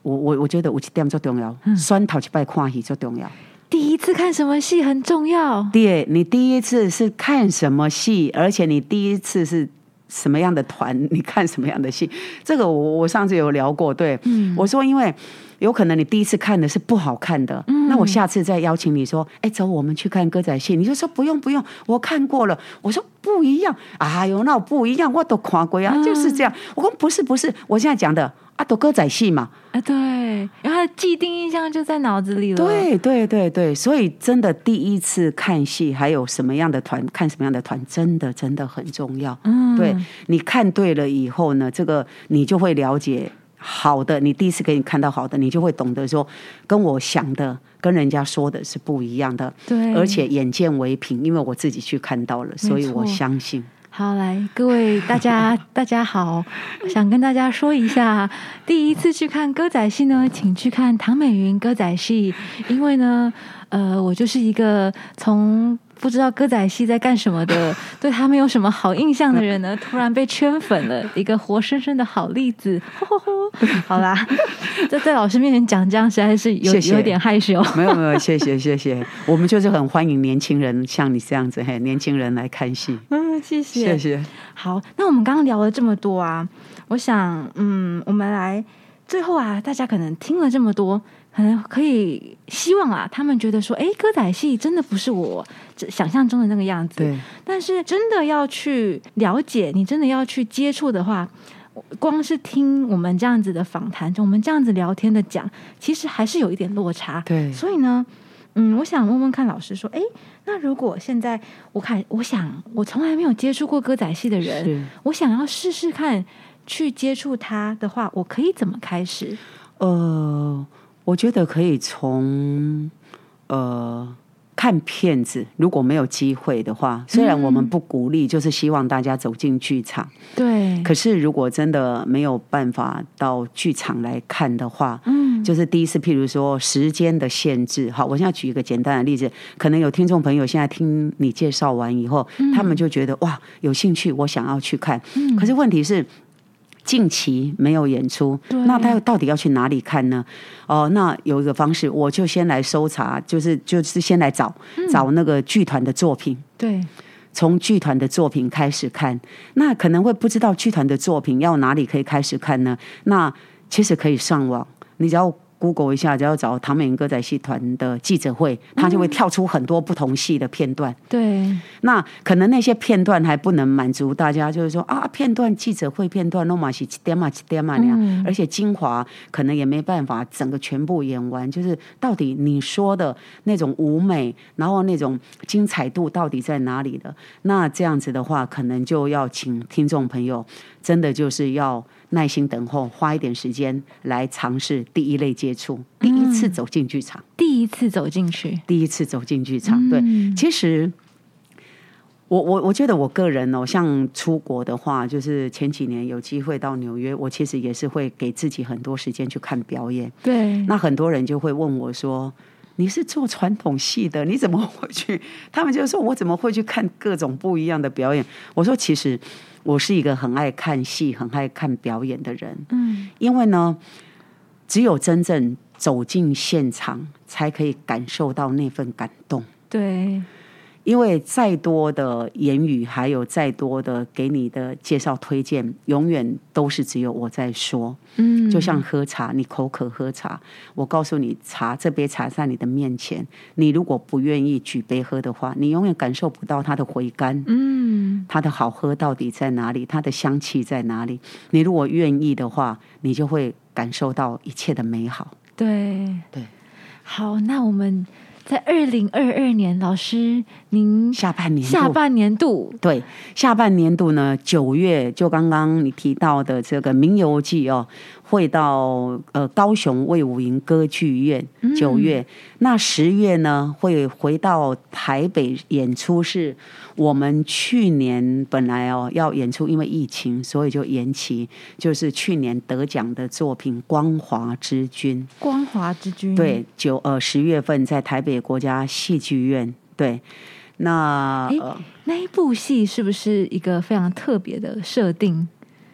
我我我觉得有一点最重要，
嗯
酸头一拜看戏最重要。
第一次看什么戏很重要，
第二，你第一次是看什么戏，而且你第一次是。什么样的团，你看什么样的戏？ 这个我我上次有聊过，对，我说因为有可能你第一次看的是不好看的，那我下次再邀请你说，哎，走，我们去看歌仔戏，你就说不用不用，我看过了。我说不一样，哎呦，那我不一样，我都看过呀，就是这样。我说不是不是，我现在讲的啊，都歌仔戏嘛，
啊，对，然后他的既定印象就在脑子里了，，
对对对对，所以真的第一次看戏，还有什么样的团，看什么样的团，真的真的很重要。
嗯，
对你看对了以后呢，这个你就会了解好的。你第一次给你看到好的，你就会懂得说，跟我想的、跟人家说的是不一样的。
对，
而且眼见为凭，因为我自己去看到了，所以
没错
我相信。
好，来各位大 家，大家好，想跟大家说一下，第一次去看歌仔戏呢，请去看唐美云歌仔戏，因为呢，呃，我就是一个从。不知道歌仔戏在干什么 的，对他没有什么好印象的人呢，突然被圈粉了，一个活生生的好例子。吼吼吼 好啦，在在老师面前讲这样实在是有
谢谢
有点害 羞。
没有没有，谢谢谢谢，我们就是很欢迎年轻人像你这样子，嘿，年轻人来看戏，
嗯，
谢谢。
好，那我们刚刚聊了这么多啊，我想，嗯，我们来最后啊，大家可能听了这么多，可能可以希望啊，他们觉得说，哎，歌仔戏真的不是我这想象中的那个样子。
对。
但是真的要去了解，你真的要去接触的话，光是听我们这样子的访谈，就我们这样子聊天的讲，其实还是有一点落差。
对
所以呢，嗯，我想问问看老师说，哎，那如果现在我看，我想我从来没有接触过歌仔戏的人
是，
我想要试试看去接触它的话，我可以怎么开始？
呃，我觉得可以从呃看片子，如果没有机会的话，虽然我们不鼓励，就是希望大家走进剧场。
对，
可是如果真的没有办法到剧场来看的话，
嗯，
就是第一次，譬如说时间的限制。好，我现在举一个简单的例子，可能有听众朋友现在听你介绍完以后，
嗯
他们就觉得哇有兴趣，我想要去看。可是问题是。近期没有演出
对，
那他到底要去哪里看呢？哦，那有一个方式，我就先来搜查，就是就是先来找
嗯
找那个剧团的作品，
对，
从剧团的作品开始看，那可能会不知道剧团的作品要哪里可以开始看呢？那其实可以上网，你只要 Google 一下，只要找唐美云歌仔戏团的记者会，它就会跳出很多不同戏的片段。
对，
那可能那些片段还不能满足大家，就是说啊，片段记者会片段，那嘛是一点嘛一点嘛那样，
嗯
而且精华可能也没办法整个全部演完，就是到底你说的那种舞美，然后那种精彩度到底在哪里的？那这样子的话，可能就要请听众朋友真的就是要耐心等候，花一点时间来尝试第一类接触，第一次走进剧场。
第一次走进去，
第一次走进剧场。对，
嗯
其实我我我觉得我个人哦，像出国的话，就是前几年有机会到纽约，我其实也是会给自己很多时间去看表演。
对，
那很多人就会问我说。你是做传统戏的，你怎么会去？他们就说我怎么会去看各种不一样的表演？我说其实我是一个很爱看戏、很爱看表演的人，
嗯，
因为呢，只有真正走进现场，才可以感受到那份感动。
对，
因为再多的言语，还有再多的给你的介绍推荐，永远都是只有我在说。
嗯，
就像喝茶，你口渴喝茶，我告诉你，茶这杯茶在你的面前，你如果不愿意举杯喝的话，你永远感受不到它的回甘，
嗯，
它的好喝到底在哪里，它的香气在哪里。你如果愿意的话，你就会感受到一切的美好。
对，
对，
好，那我们在二零二二年，老师您
下半年度
下半年度，
对，下半年度呢，九月就刚刚你提到的这个《名游记》哦，会到呃高雄魏武营歌剧院，九月。那十月呢，会回到台北演出，是我们去年本来哦要演出，因为疫情，所以就延期，就是去年得奖的作品《光华之君》。
光华之君，
对，九呃十月份在台北国家戏剧院，对。那
诶
呃
那一部戏是不是一个非常特别的设定？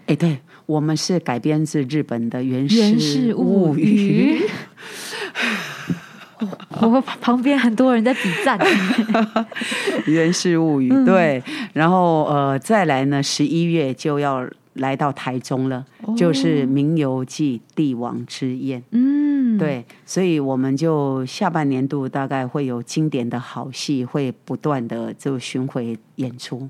哎，对，我们是改编自日本的《源》
《源氏物语》我。我旁边很多人在比赞，
《源氏物
嗯
语》对，然后呃，再来呢，十一月就要来到台中了，
哦
就是《名游记》帝王之宴。
嗯，，
对，所以我们就下半年度大概会有经典的好戏，会不断的就巡回演出。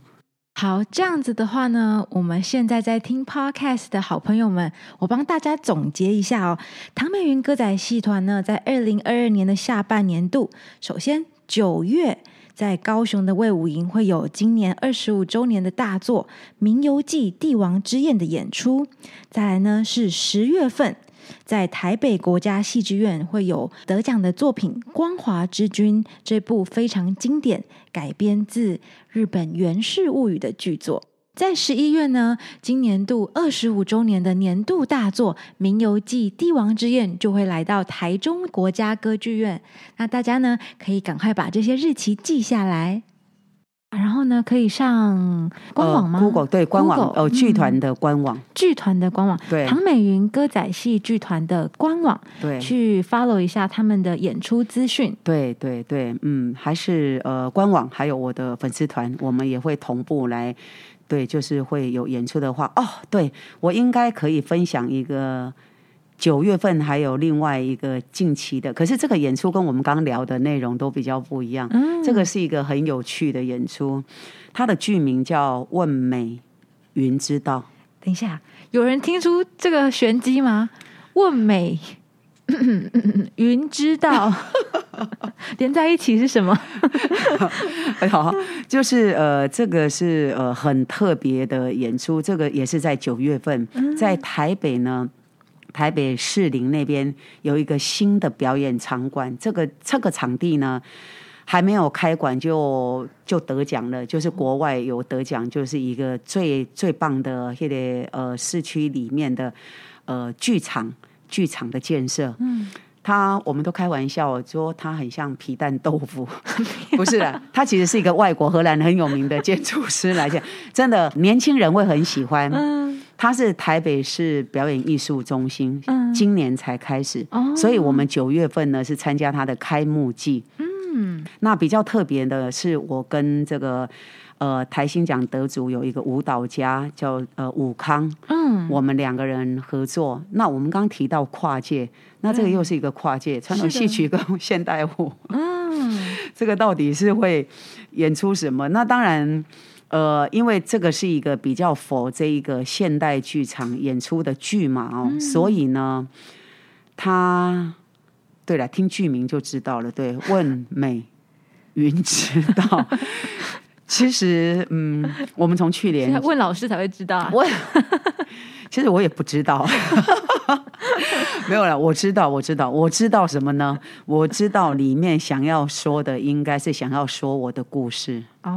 好，这样子的话呢，我们现在在听 podcast 的好朋友们，我帮大家总结一下哦。唐美云歌仔戏团呢，在二零二二年的下半年度，首先九月在高雄的魏武营会有今年二十五周年的大作《名游记·帝王之宴》的演出，再来呢是十月份。在台北国家戏剧院会有得奖的作品《光华之君》这部非常经典，改编自日本《源氏物语》的剧作。在十一月呢，今年度二十五周年的年度大作《名游记·帝王之宴》就会来到台中国家歌剧院。那大家呢，可以赶快把这些日期记下来，啊然后呢，可以上官网吗、
呃、？Google 对官网
Google，
哦，剧
嗯
团的官网、
剧团的官网，
对
唐美云歌仔戏剧团的官网，
对。
去 follow 一下他们的演出资讯。
对对对，嗯，还是呃，官网还有我的粉丝团，我们也会同步来，对，就是会有演出的话，哦，对我应该可以分享一个九月份还有另外一个近期的，可是这个演出跟我们刚聊的内容都比较不一样，
嗯
这个是一个很有趣的演出，它的剧名叫《问美云之道》。
等一下，有人听出这个玄机吗？问美 云知道 连在一起是什么？
哎好，就是呃，这个是呃很特别的演出，这个也是在九月份，在台北呢。台北士林那边有一个新的表演场馆，这个这个场地呢还没有开馆就就得奖了，就是国外有得奖，就是一个最最棒的那个呃市区里面的呃剧场剧场的建设，
嗯，
它我们都开玩笑说它很像皮蛋豆 腐，不是啦，它其实是一个外国荷兰很有名的建筑师来讲，真的年轻人会很喜欢。
嗯，
它是台北市表演艺术中心，
嗯
今年才开始，
哦
所以我们九月份呢是参加它的开幕季。嗯，那比较特别的是，我跟这个呃台新奖得主有一个舞蹈家叫呃武康，
嗯，
我们两个人合作。那我们刚提到跨界，那这个又是一个跨界，传统
是的
戏曲跟现代舞，
嗯，
这个到底是会演出什么？那当然。呃，因为这个是一个比较否这一个现代剧场演出的剧嘛，哦，
嗯
所以呢，他对了，听剧名就知道了。对，问美云知道， 其实嗯，我们从去年
现在嗯问老师才会知道啊。
我其实我也不知道， 没有了。我知道，我知道，我知道什么呢？我知道里面想要说的应该是想要说我的故事。
哦，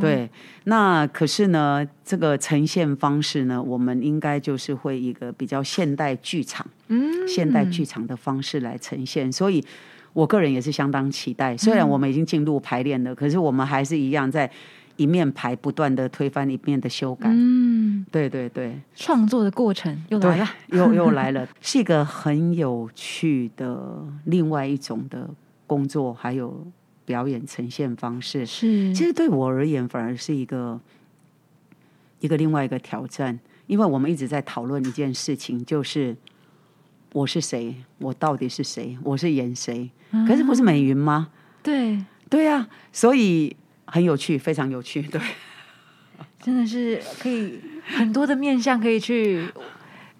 对，那可是呢，这个呈现方式呢，我们应该就是会一个比较现代剧场、
嗯，
现代剧场的方式来呈现，所以。我个人也是相当期待。虽
嗯
然我们已经进入排练了，可是我们还是一样在一面排不断的推翻一面的修改。
嗯，
对对对，
创作的过程又来
对
了。，
又又来了，是一个很有趣的另外一种的工作，还有表演呈现方式。
是，
其实对我而言，反而是一个一个另外一个挑战，因为我们一直在讨论一件事情，就是我是谁，我到底是谁，我是演谁？可是不是美云吗？
嗯对，
对啊，所以很有趣，非常有趣，对。
真的是可以很多的面向可以去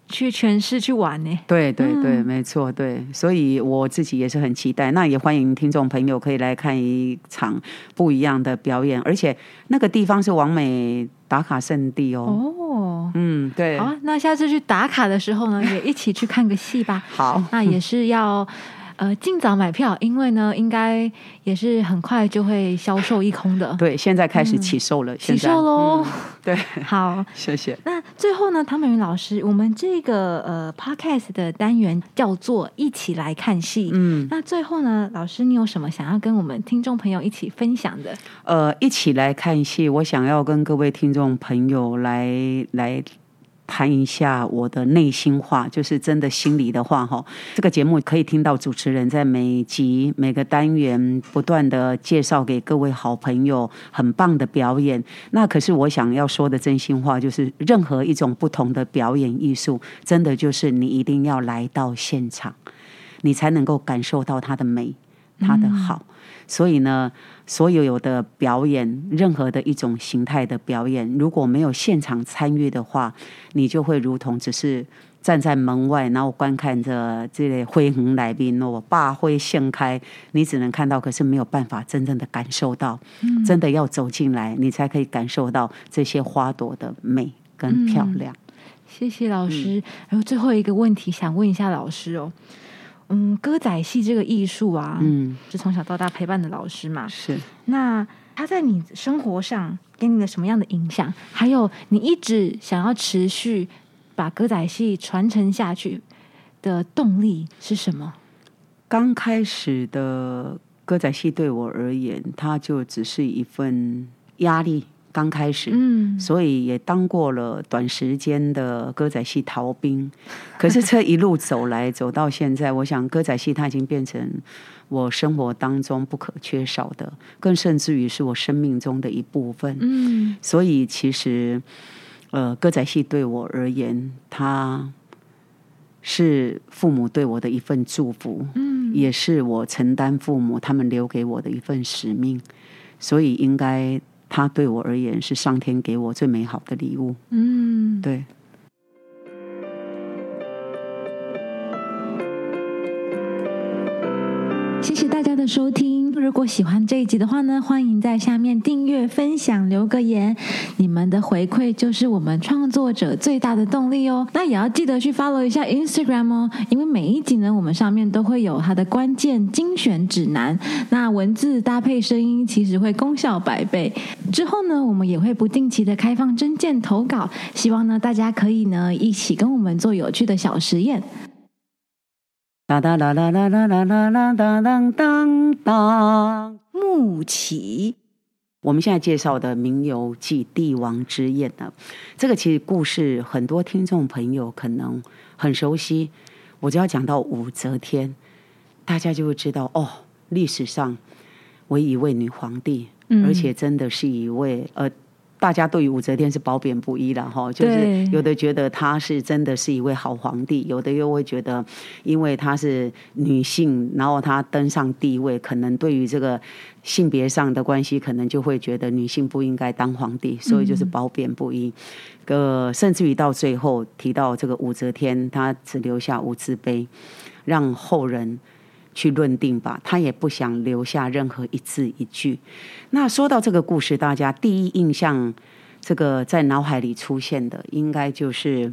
去诠释去玩呢。
对对对，
嗯
没错，对，所以我自己也是很期待。那也欢迎听众朋友可以来看一场不一样的表演，而且那个地方是完美打卡圣地哦。
哦，
嗯，对，
好啊，那下次去打卡的时候 呢，也一起去看个戏吧。
好，
那也是要呃尽早买票，因为呢，应该也是很快就会销售一空的，
对，现在开始起售了，
嗯起
现在嗯
售喽。
对，
好，
谢谢。
那最后呢，唐美云老师，我们这个呃 podcast 的单元叫做“一起来看戏”。
嗯，
那最后呢，老师，你有什么想要跟我们听众朋友一起分享的？
呃，一起来看戏，我想要跟各位听众朋友来来。谈一下我的内心话，就是真的心里的话哈。这个节目可以听到主持人在每集每个单元不断的介绍给各位好朋友很棒的表演。那可是我想要说的真心话，就是任何一种不同的表演艺术，真的就是你一定要来到现场，你才能够感受到它的美，它的好。所以呢，所有有的表演，任何的一种形态的表演，如果没有现场参与的话，你就会如同只是站在门外，然后观看着这类灰红来宾哦，把灰盛开，你只能看到，可是没有办法真正的感受到，真的要走进来，你才可以感受到这些花朵的美跟漂亮。
谢谢老
嗯
师。然后最后一个问题想问一下老师哦，嗯，歌仔戏这个艺术啊，
嗯，
是从小到大陪伴的老师嘛？
是。
那他在你生活上给你了什么样的影响？还有你一直想要持续把歌仔戏传承下去的动力是什么？
刚开始的歌仔戏对我而言，它就只是一份压力。刚开始，
嗯，
所以也当过了短时间的歌仔戏逃兵。可是这一路走来，走到现在，我想歌仔戏它已经变成我生活当中不可缺少的，更甚至于是我生命中的一部分。
嗯
所以其实，呃，歌仔戏对我而言，它是父母对我的一份祝福。
嗯，
也是我承担父母他们留给我的一份使命，所以应该他对我而言是上天给我最美好的礼物。
嗯，
对，
谢谢大家的收听。如果喜欢这一集的话呢，欢迎在下面订阅、分享、留个言。你们的回馈就是我们创作者最大的动力哦。那也要记得去 follow 一下 Instagram 哦，因为每一集呢，我们上面都会有它的关键精选指南。那文字搭配声音，其实会功效百倍。之后呢，我们也会不定期的开放征件投稿，希望呢大家可以呢一起跟我们做有趣的小实验。
哒哒啦啦啦啦啦啦啦哒当当当。
木起。
我们现在介绍的《名游记·帝王之宴》呢，这个其实故事很多听众朋友可能很熟悉。我只要讲到武则天，大家就会知道哦，历史上唯一一位女皇帝，
嗯
而且真的是一位呃，大家对于武则天是褒贬不一了哈。就是
对
有的觉得她是真的是一位好皇帝，有的又会觉得因为她是女性，然后她登上帝位，可能对于这个性别上的关系，可能就会觉得女性不应该当皇帝，所以就是褒贬不一。呃，甚至于到最后提到这个武则天，她只留下无字碑，让后人去论定吧。她也不想留下任何一字一句。那说到这个故事，大家第一印象，这个在脑海里出现的，应该就是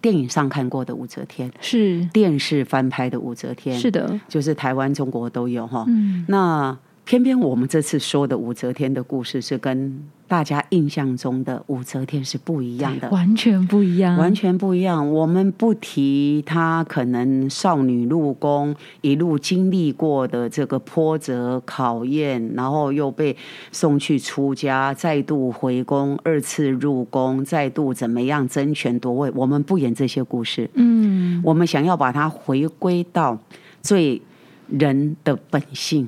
电影上看过的武则天，
是
电视翻拍的武则天，
是的，
就是台湾、中国都有哈。
嗯
那偏偏我们这次说的武则天的故事是跟大家印象中的武则天是不一样的，
完全不一样，
完全不一样。我们不提她可能少女入宫一路经历过的这个波折考验，然后又被送去出家，再度回宫，二次入宫，再度怎么样争权夺位，我们不演这些故事。
嗯，
我们想要把它回归到最人的本性，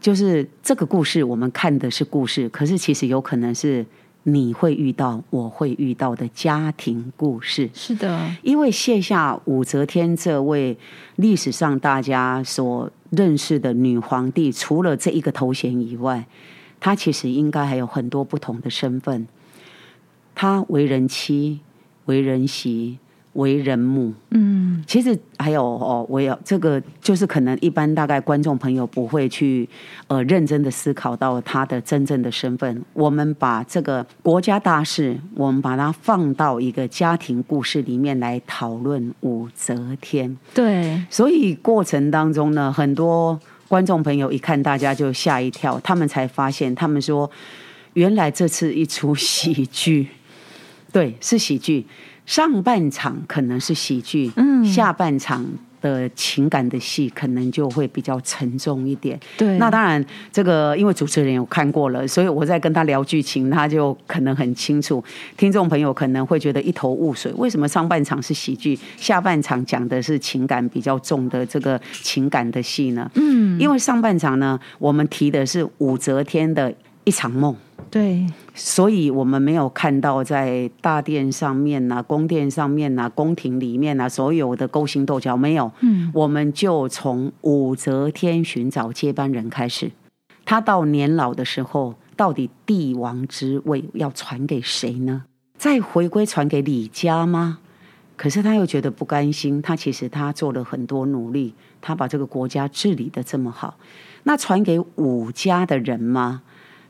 就是这个故事，我们看的是故事，可是其实有可能是你会遇到，我会遇到的家庭故事。
是的，
因为卸下武则天这位历史上大家所认识的女皇帝，除了这一个头衔以外，她其实应该还有很多不同的身份。她为人妻，为人媳，为人母，
嗯，
其实还有哦，我有这个，就是可能一般大概观众朋友不会去呃认真的思考到他的真正的身份。我们把这个国家大事，我们把它放到一个家庭故事里面来讨论武则天。
对，
所以过程当中呢，很多观众朋友一看大家就吓一跳，他们才发现，他们说原来这次一出喜剧，对，是喜剧。上半场可能是喜剧，
嗯
下半场的情感的戏可能就会比较沉重一点。
对，
那当然，这个因为主持人有看过了，所以我在跟他聊剧情，他就可能很清楚。听众朋友可能会觉得一头雾水，为什么上半场是喜剧，下半场讲的是情感比较重的这个情感的戏呢？
嗯，
因为上半场呢，我们提的是武则天的一场梦。
对，
所以我们没有看到在大殿上面呐、宫殿上面呐、宫廷里面呐、啊所有的勾心斗角没有。
嗯，
我们就从武则天寻找接班人开始。她到年老的时候，到底帝王之位要传给谁呢？再回归传给李家吗？可是她又觉得不甘心，她其实她做了很多努力，她把这个国家治理的这么好，那传给武家的人吗？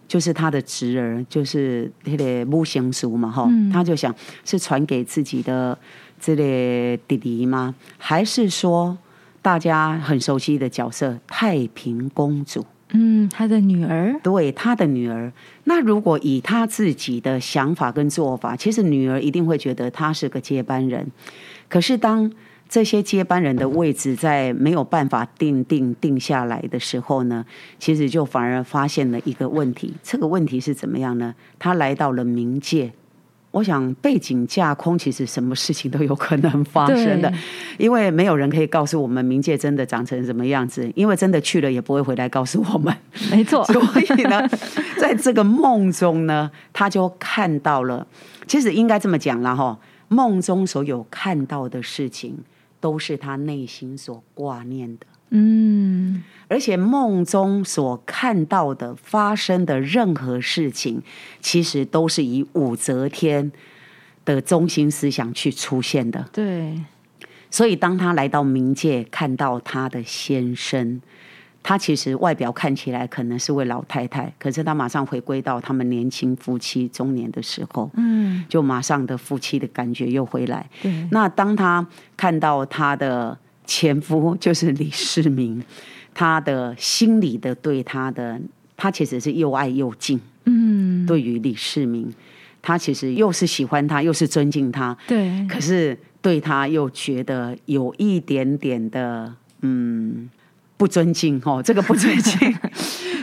就是他的侄儿，就是那个木贤叔嘛，哈、
嗯
他就想是传给自己的这类弟弟吗？还是说大家很熟悉的角色太平公主？
嗯，他的女儿，
对他的女儿，那如果以他自己的想法跟做法，其实女儿一定会觉得他是个接班人。可是当这些接班人的位置在没有办法定定定下来的时候呢，其实就反而发现了一个问题。这个问题是怎么样呢？他来到了冥界。我想背景架空，其实什么事情都有可能发生的
对，
因为没有人可以告诉我们冥界真的长成什么样子，因为真的去了也不会回来告诉我们。
没错，
所以呢，在这个梦中呢，他就看到了，其实应该这么讲啦哈，梦中所有看到的事情，都是他内心所挂念的。
嗯，
而且梦中所看到的、发生的任何事情，其实都是以武则天的中心思想去出现的。
对，
所以当他来到冥界，看到他的先生，他其实外表看起来可能是位老太太，可是他马上回归到他们年轻夫妻中年的时候，
嗯，
就马上的夫妻的感觉又回来。
对，
那当他看到他的前夫就是李世民，他的心里的对他的，他其实是又爱又敬。
嗯，
对于李世民，他其实又是喜欢他，又是尊敬他，
对，
可是对他又觉得有一点点的嗯不尊敬哦，这个不尊敬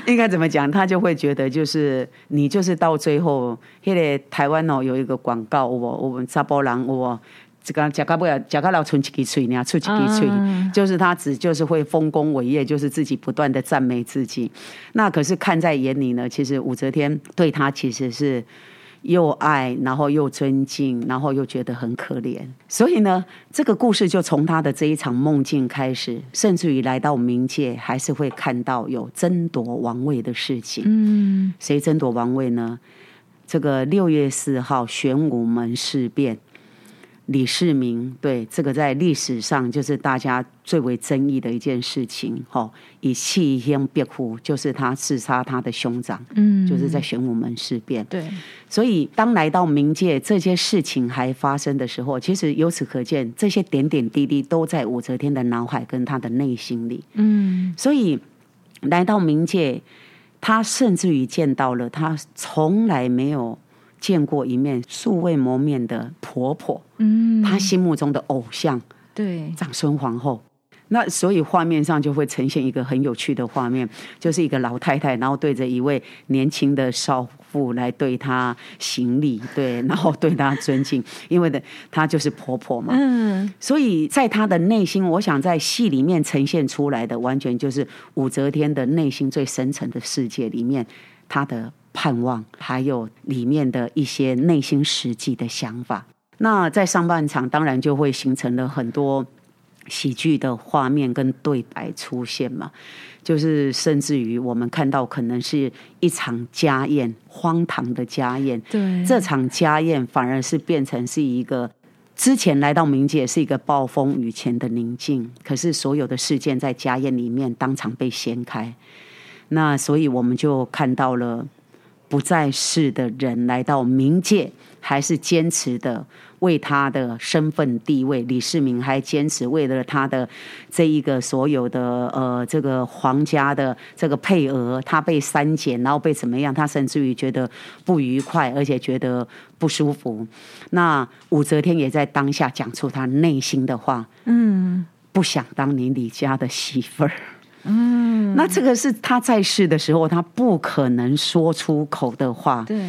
应该怎么讲？他就会觉得就是你就是到最后，迄、个台湾哦有一个广告，我我们查甫人我。这个假到不要，假到老存一支嘴，你要出一支嘴，
啊
就是他只就是会丰功伟业，就是自己不断的赞美自己。那可是看在眼里呢，其实武则天对他其实是又爱，然后又尊敬，然后又觉得很可怜。所以呢，这个故事就从他的这一场梦境开始，甚至于来到冥界，还是会看到有争夺王位的事情。
嗯，
谁争夺王位呢？这个六月四号玄武门事变，李世民对这个在历史上就是大家最为争议的一件事情。吼、以弃天别哭，就是他刺杀他的兄长，
嗯，
就是在玄武门事变。
对，
所以，当来到冥界，这些事情还发生的时候，其实由此可见，这些点点滴滴都在武则天的脑海跟她的内心里。
嗯，
所以来到冥界，他甚至于见到了他从来没有见过一面素未谋面的婆婆，
嗯，
他心目中的偶像
对，
长孙皇后。那所以画面上就会呈现一个很有趣的画面，就是一个老太太，然后对着一位年轻的少妇来对她行礼，对，然后对她尊敬，因为的她就是婆婆嘛。
嗯，
所以在她的内心，我想在戏里面呈现出来的，完全就是武则天的内心最深层的世界里面，她的盼望，还有里面的一些内心实际的想法。那在上半场，当然就会形成了很多喜剧的画面跟对白出现嘛，就是甚至于我们看到可能是一场家宴，荒唐的家宴，
对，
这场家宴反而是变成是一个之前来到冥界是一个暴风雨前的宁静，可是所有的事件在家宴里面当场被掀开，那所以我们就看到了不在世的人来到冥界，还是坚持的为他的身份地位，李世民还坚持为了他的这一个所有的呃这个皇家的这个配额，他被删减，然后被怎么样，他甚至于觉得不愉快，而且觉得不舒服。那武则天也在当下讲出她内心的话，
嗯
不想当你李家的媳妇儿。
嗯，
那这个是她在世的时候，她不可能说出口的话。
对，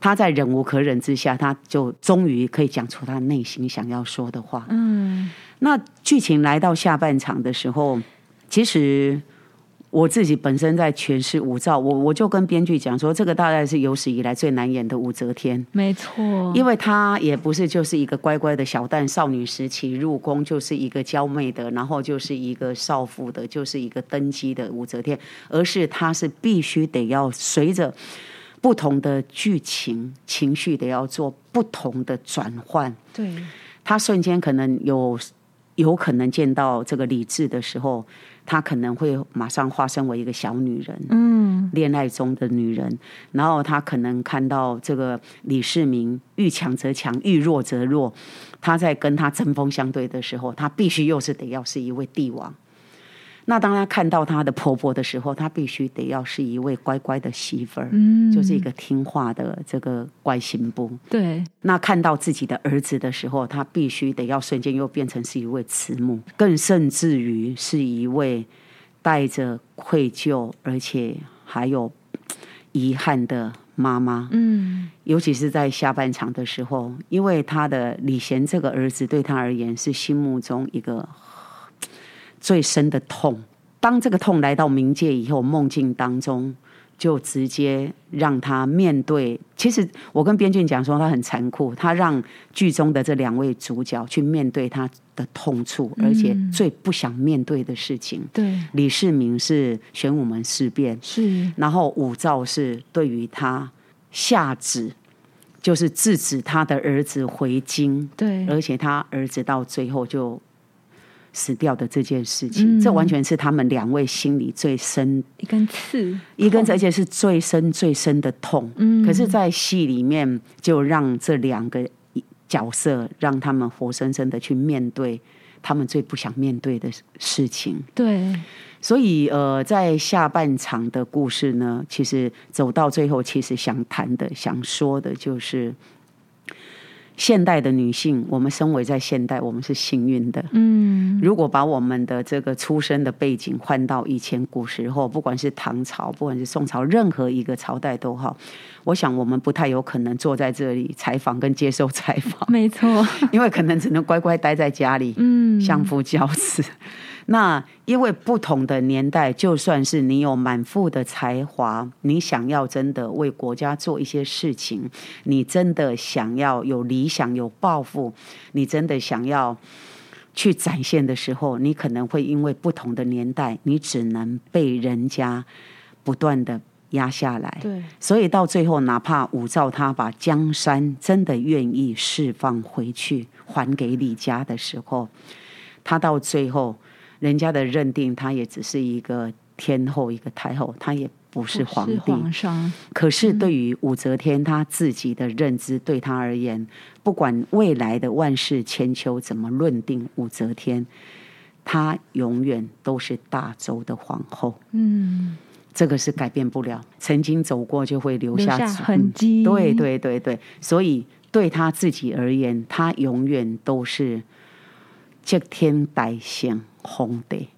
她在忍无可忍之下，她就终于可以讲出她内心想要说的话。
嗯
那剧情来到下半场的时候，其实我自己本身在诠释武曌，我我就跟编剧讲说，这个大概是有史以来最难演的武则天。
没错，
因为她也不是就是一个乖乖的小蛋少女时期入宫，就是一个娇媚的，然后就是一个少妇的，就是一个登基的武则天，而是她是必须得要随着不同的剧情情绪得要做不同的转换。
对，
她瞬间可能有有可能见到这个理智的时候，她可能会马上化身为一个小女人，
嗯
恋爱中的女人，然后她可能看到这个李世民遇强则强，遇弱则弱，她在跟他针锋相对的时候，她必须又是得要是一位帝王。那当她看到她的婆婆的时候，她必须得要是一位乖乖的媳妇儿，
嗯，
就是一个听话的这个乖媳妇。
对，
那看到自己的儿子的时候，他必须得要瞬间又变成是一位慈母，更甚至于是一位带着愧疚而且还有嘖遗憾的妈妈。
嗯
尤其是在下半场的时候，因为他的李贤这个儿子对他而言是心目中一个嘖最深的痛。当这个痛来到冥界以后，梦境当中就直接让他面对。其实我跟编剧讲说，他很残酷，他让剧中的这两位主角去面对他的痛处，而且最不想面对的事情。
对，
李世民是玄武门事变，
是，
然后武曌是对于他下旨，就是制止他的儿子回京，
对，
而且他儿子到最后就死掉的这件事情，
嗯
这完全是他们两位心里最深
一根刺，哦
一根，而且是最深最深的痛。
嗯
可是，在戏里面就让这两个角色，让他们活生生的去面对他们最不想面对的事情。
对，
所以，呃，在下半场的故事呢，其实走到最后，其实想谈的、想说的就是，现代的女性，我们身为在现代，我们是幸运的。
嗯，
如果把我们的这个出生的背景换到以前古时候，不管是唐朝，不管是宋朝，任何一个朝代都好，我想我们不太有可能坐在这里采访跟接受采访
没错，
因为可能只能乖乖待在家里。
嗯，
相夫教子。 那因为不同的年代，就算是你有满腹的才华，你想要真的为国家做一些事情，你真的想要有理想、有抱负，你真的想要去展现的时候，你可能会因为不同的年代，你只能被人家不断的压下来。
对，
所以到最后，哪怕武曌他把江山真的愿意释放回去，还给李家的时候，他到最后，人家的认定他也只是一个天后、一个太后，他也不哦是皇
是
帝。
皇上，
可是对于武则天她自己的认知，对她而言，不管未来的万世千秋怎么论定武则天，她永远都是大周的皇后。
嗯
这个是改变不了，曾经走过就会留下
留下
指
痕迹
嗯对对对对，所以对他自己而言，他永远都是接天带星红的。